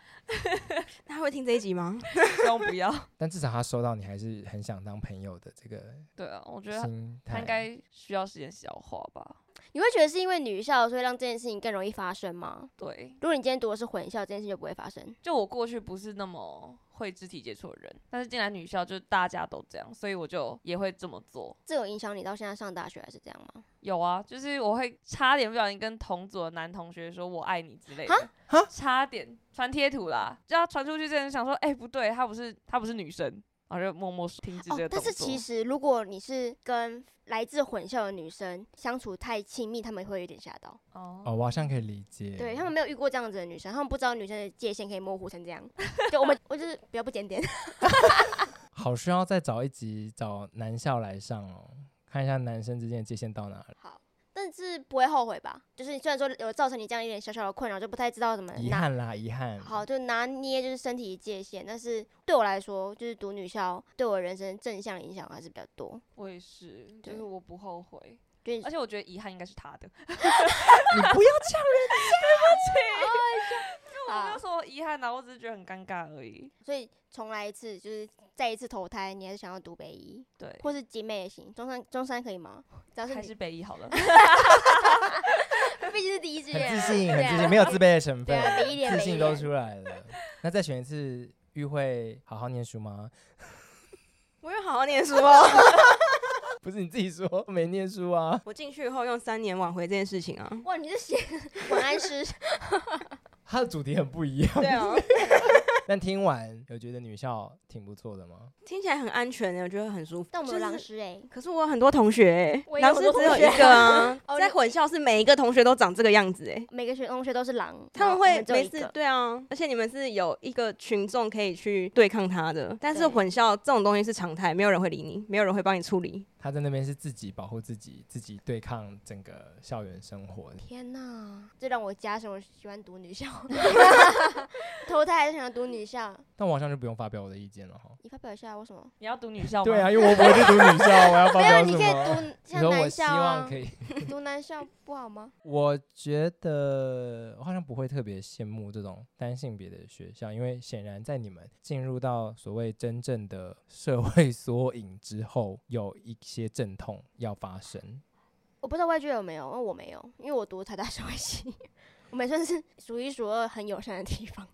[SPEAKER 4] 他会听这一集吗？
[SPEAKER 3] 希望不要。
[SPEAKER 1] 但至少他收到你还是很想当朋友的这个
[SPEAKER 3] 对啊，我觉得他
[SPEAKER 1] 心态。
[SPEAKER 3] 他应该需要时间消化吧。
[SPEAKER 2] 你会觉得是因为女校，所以让这件事情更容易发生吗？
[SPEAKER 3] 对，
[SPEAKER 2] 如果你今天读的是混校，这件事就不会发生。
[SPEAKER 3] 就我过去不是那么会肢体接触的人，但是进来女校就大家都这样，所以我就也会这么做。
[SPEAKER 2] 这有影响你到现在上大学还是这样吗？
[SPEAKER 3] 有啊，就是我会差点不小心跟同组的男同学说我爱你之类的
[SPEAKER 1] 哈，
[SPEAKER 3] 差点传贴图啦，就要传出去之前想说，哎、不对，她不是她不是女生，然后就默默停止这个
[SPEAKER 2] 哦但
[SPEAKER 3] 动
[SPEAKER 2] 是
[SPEAKER 3] 作。
[SPEAKER 2] 其实如果你是跟来自混校的女生相处太亲密，他们会有点吓到。
[SPEAKER 1] 哦，
[SPEAKER 3] 哦，
[SPEAKER 1] 我好像可以理解。
[SPEAKER 2] 对他们没有遇过这样子的女生，他们不知道女生的界限可以模糊成这样。 就我们，我就是比较不检点。
[SPEAKER 1] 好需要再找一集找男校来上哦，看一下男生之间的界限到哪里。
[SPEAKER 2] 好，但是不会后悔吧？就是你虽然说有造成你这样一点小小的困扰，就不太知道怎么
[SPEAKER 1] 遗
[SPEAKER 2] 拿
[SPEAKER 1] 憾啦，遗憾。
[SPEAKER 2] 好，就拿捏就是身体界限。但是对我来说，就是读女校对我人生正向影响还是比较多。
[SPEAKER 3] 我也是，就
[SPEAKER 2] 对
[SPEAKER 3] 是我不后悔，
[SPEAKER 2] 就是
[SPEAKER 3] 而且我觉得遗憾应该是他 的。
[SPEAKER 1] 你不要
[SPEAKER 2] 哎
[SPEAKER 3] 我没
[SPEAKER 2] 啊
[SPEAKER 3] 有，说遗憾啊，我只是觉得很尴尬而已。
[SPEAKER 2] 所以重来一次，就是再一次投胎，你还是想要读北医，
[SPEAKER 3] 对，
[SPEAKER 2] 或是集美也行，中山中山可以吗？只要是
[SPEAKER 3] 还
[SPEAKER 2] 女
[SPEAKER 3] 是北一好了。
[SPEAKER 2] 毕竟是第一志愿
[SPEAKER 1] 很
[SPEAKER 2] 啊，
[SPEAKER 1] 自信，
[SPEAKER 2] 对
[SPEAKER 1] 很
[SPEAKER 2] 啊
[SPEAKER 1] 自信，没有自卑的成
[SPEAKER 2] 对
[SPEAKER 1] 分，
[SPEAKER 2] 啊，北一点
[SPEAKER 1] 自
[SPEAKER 2] 北一
[SPEAKER 1] 信都
[SPEAKER 2] 点。
[SPEAKER 1] 出来了。那再选一次，玉会好好念书吗？
[SPEAKER 4] 我有好好念书哦。
[SPEAKER 1] 不是你自己说没念书啊？
[SPEAKER 4] 我进去以后用三年挽回这件事情 啊。
[SPEAKER 2] 哇，你这 写晚安诗，
[SPEAKER 1] 它的主题很不一样。
[SPEAKER 4] 对啊，
[SPEAKER 1] 但听完有觉得女校挺不错的吗？
[SPEAKER 4] 听起来很安全，欸我觉得很舒服。
[SPEAKER 2] 但我们有
[SPEAKER 4] 就
[SPEAKER 2] 狼
[SPEAKER 4] 是
[SPEAKER 2] 师哎，
[SPEAKER 4] 可是我有很多同学
[SPEAKER 2] 我
[SPEAKER 4] 欸，
[SPEAKER 2] 也有
[SPEAKER 4] 老
[SPEAKER 2] 很
[SPEAKER 4] 师
[SPEAKER 2] 多
[SPEAKER 4] 只有
[SPEAKER 2] 同学
[SPEAKER 4] 一个啊
[SPEAKER 2] 哦，
[SPEAKER 4] 在
[SPEAKER 2] 你
[SPEAKER 4] 混校是每一个同学都长这个样子哎。
[SPEAKER 2] 每个学同学都是狼，
[SPEAKER 4] 他们
[SPEAKER 2] 然后我
[SPEAKER 4] 会
[SPEAKER 2] 只有
[SPEAKER 4] 没
[SPEAKER 2] 一
[SPEAKER 4] 事
[SPEAKER 2] 个，
[SPEAKER 4] 对啊，而且你们是有一个群众可以去对抗他的，但是
[SPEAKER 2] 对
[SPEAKER 4] 混校这种东西是常态，没有人会理你，没有人会帮你处理。
[SPEAKER 1] 她在那边是自己保护自己，自己对抗整个校园生活。
[SPEAKER 2] 天哪，这让我加深我喜欢读女 校， 投胎还是想要读女校。
[SPEAKER 1] 但我好像就不用发表我的意见了哈。
[SPEAKER 2] 你发表一下为什么？
[SPEAKER 3] 你要读女校吗？
[SPEAKER 1] 对啊，，因为我不会去读女校，我要发
[SPEAKER 2] 没有，
[SPEAKER 1] 表
[SPEAKER 2] 你
[SPEAKER 1] 什
[SPEAKER 2] 可以
[SPEAKER 1] 么？
[SPEAKER 2] 读
[SPEAKER 1] 你说我
[SPEAKER 2] 像男
[SPEAKER 1] 希
[SPEAKER 2] 校
[SPEAKER 1] 望
[SPEAKER 2] 啊
[SPEAKER 1] 可，以。
[SPEAKER 2] 读男校不好吗？
[SPEAKER 1] 我觉得我好像不会特别羡慕这种单性别的学校，因为显然在你们进入到所谓真正的社会 缩影之后，有一些阵痛要发生。
[SPEAKER 2] 我不知道外界有没有，因为我没有，因为我读台大社会系，我们算是 数一数二很友善的地方。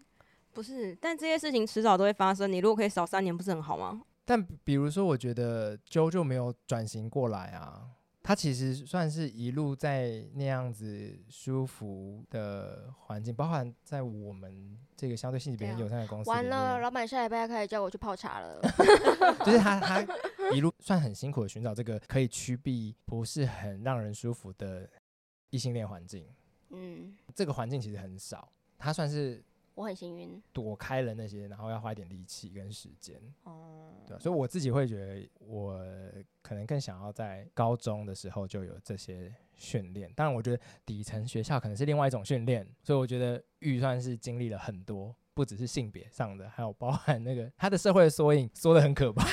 [SPEAKER 4] 不是，但这些事情迟早都会发生。你如果可以少三年，不是很好吗？
[SPEAKER 1] 但比如说，我觉得啾就没有转型过来啊，他其实算是一路在那样子舒服的环境，包含在我们这个相对性别
[SPEAKER 2] 对啊
[SPEAKER 1] 友善的公司里
[SPEAKER 2] 完
[SPEAKER 1] 面，
[SPEAKER 2] 了，老板下礼拜要开始叫我去泡茶 了。
[SPEAKER 1] 就是他他一路算很辛苦的寻找这个可以驱避不是很让人舒服的异性恋环境，
[SPEAKER 2] 嗯，
[SPEAKER 1] 这个环境其实很少，他算是
[SPEAKER 2] 我很幸运，
[SPEAKER 1] 躲开了那些，然后要花一点力气跟时间，
[SPEAKER 3] 哦、
[SPEAKER 1] 对啊、所以我自己会觉得，我可能更想要在高中的时候就有这些训练。当然，我觉得底层学校可能是另外一种训练，所以我觉得预算是经历了很多，不只是性别上的，还有包含那个他的社会缩影，缩的很可怕。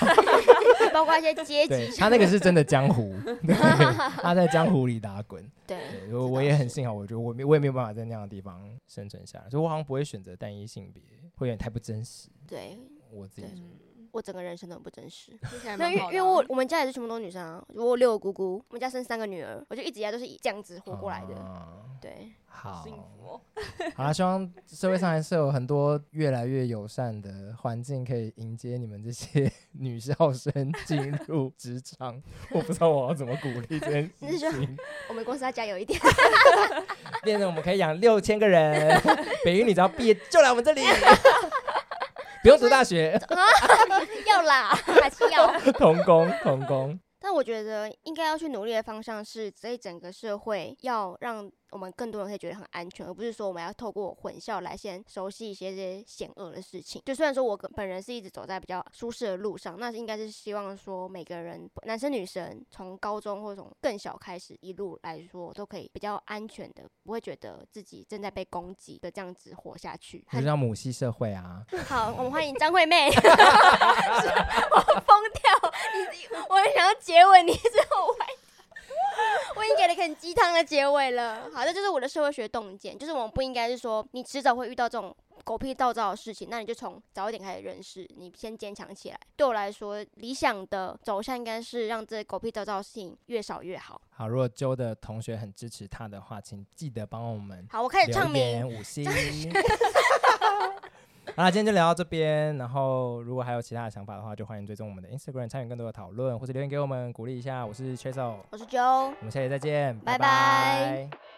[SPEAKER 2] 包括一些阶级
[SPEAKER 1] 对他那个是真的江 湖，对，他在江湖里打滚。
[SPEAKER 2] 对，
[SPEAKER 1] 对，
[SPEAKER 2] 知
[SPEAKER 1] 我我
[SPEAKER 2] 道
[SPEAKER 1] 也很
[SPEAKER 2] 是
[SPEAKER 1] 幸好，我觉得我没我也没有办法在那样的地方生存下来，所以我好像不会选择单一性别，会有点太不真实。
[SPEAKER 2] 对
[SPEAKER 1] 我自己
[SPEAKER 2] 对
[SPEAKER 1] 觉得
[SPEAKER 3] 嗯
[SPEAKER 2] 我整个人生都很不真实。
[SPEAKER 4] 听起来
[SPEAKER 2] 那
[SPEAKER 4] 蛮
[SPEAKER 2] 因为
[SPEAKER 4] 好
[SPEAKER 2] 因
[SPEAKER 4] 的
[SPEAKER 2] 为
[SPEAKER 4] 啊
[SPEAKER 2] 我我们家也是全部都是女生啊，我有六个姑姑，我们家生三个女儿，我就一直以来都是以这样子活过来的。
[SPEAKER 1] 啊
[SPEAKER 2] 对，
[SPEAKER 1] 好，
[SPEAKER 3] 幸福哦，
[SPEAKER 1] 好啦，希望社会上还是有很多越来越友善的环境，可以迎接你们这些 女校生进入职场。我不知道我要怎么鼓励这件
[SPEAKER 2] 你
[SPEAKER 1] 事
[SPEAKER 2] 说
[SPEAKER 1] 情，
[SPEAKER 2] 我们公司要加油一点。
[SPEAKER 1] 变成我们可以养六千个人， 北语你只要毕业就来我们这里， 不用读大学，
[SPEAKER 2] 要啦，还是要。
[SPEAKER 1] 童工童工。
[SPEAKER 2] 但我觉得应该要去努力的方向是，这一整个社会要让我们更多人可以觉得很安全，而不是说我们要透过混校来先熟悉一些这些险恶的事情。就虽然说我个本人是一直走在比较舒适的路上，那是应该是希望说每个人，男生女生，从高中或从更小开始一路来说，都可以比较安全的，不会觉得自己正在被攻击的这样子活下去。
[SPEAKER 1] 你就像母系社会啊，
[SPEAKER 2] 好，我们欢迎张惠妹。 是我疯掉，你我很想要结尾，你是我歪掉。 我已经给了一个很鸡汤的结尾了。好，这就是我的社会学洞见，就是我们不应该是说你迟早会遇到这种狗屁倒灶的事情，那你就从早一点开始认识，你先坚强起来。对我来说，理想的走向应该是让这狗屁倒灶的事情越少越好。
[SPEAKER 1] 好，如果揪的同学很支持他的话，请记得帮我们
[SPEAKER 2] 好，我开始
[SPEAKER 1] 留
[SPEAKER 2] 唱名。
[SPEAKER 1] 言五星。 好啦，今天就聊到这边。然后，如果还有其他的想法的话，就欢迎追踪我们的 Instagram，参与更多的哦讨论，或者留言给我们鼓励一下。我是 Chasel，
[SPEAKER 2] 我是 Joe。
[SPEAKER 1] 我们下期再见，
[SPEAKER 2] 拜拜
[SPEAKER 1] 拜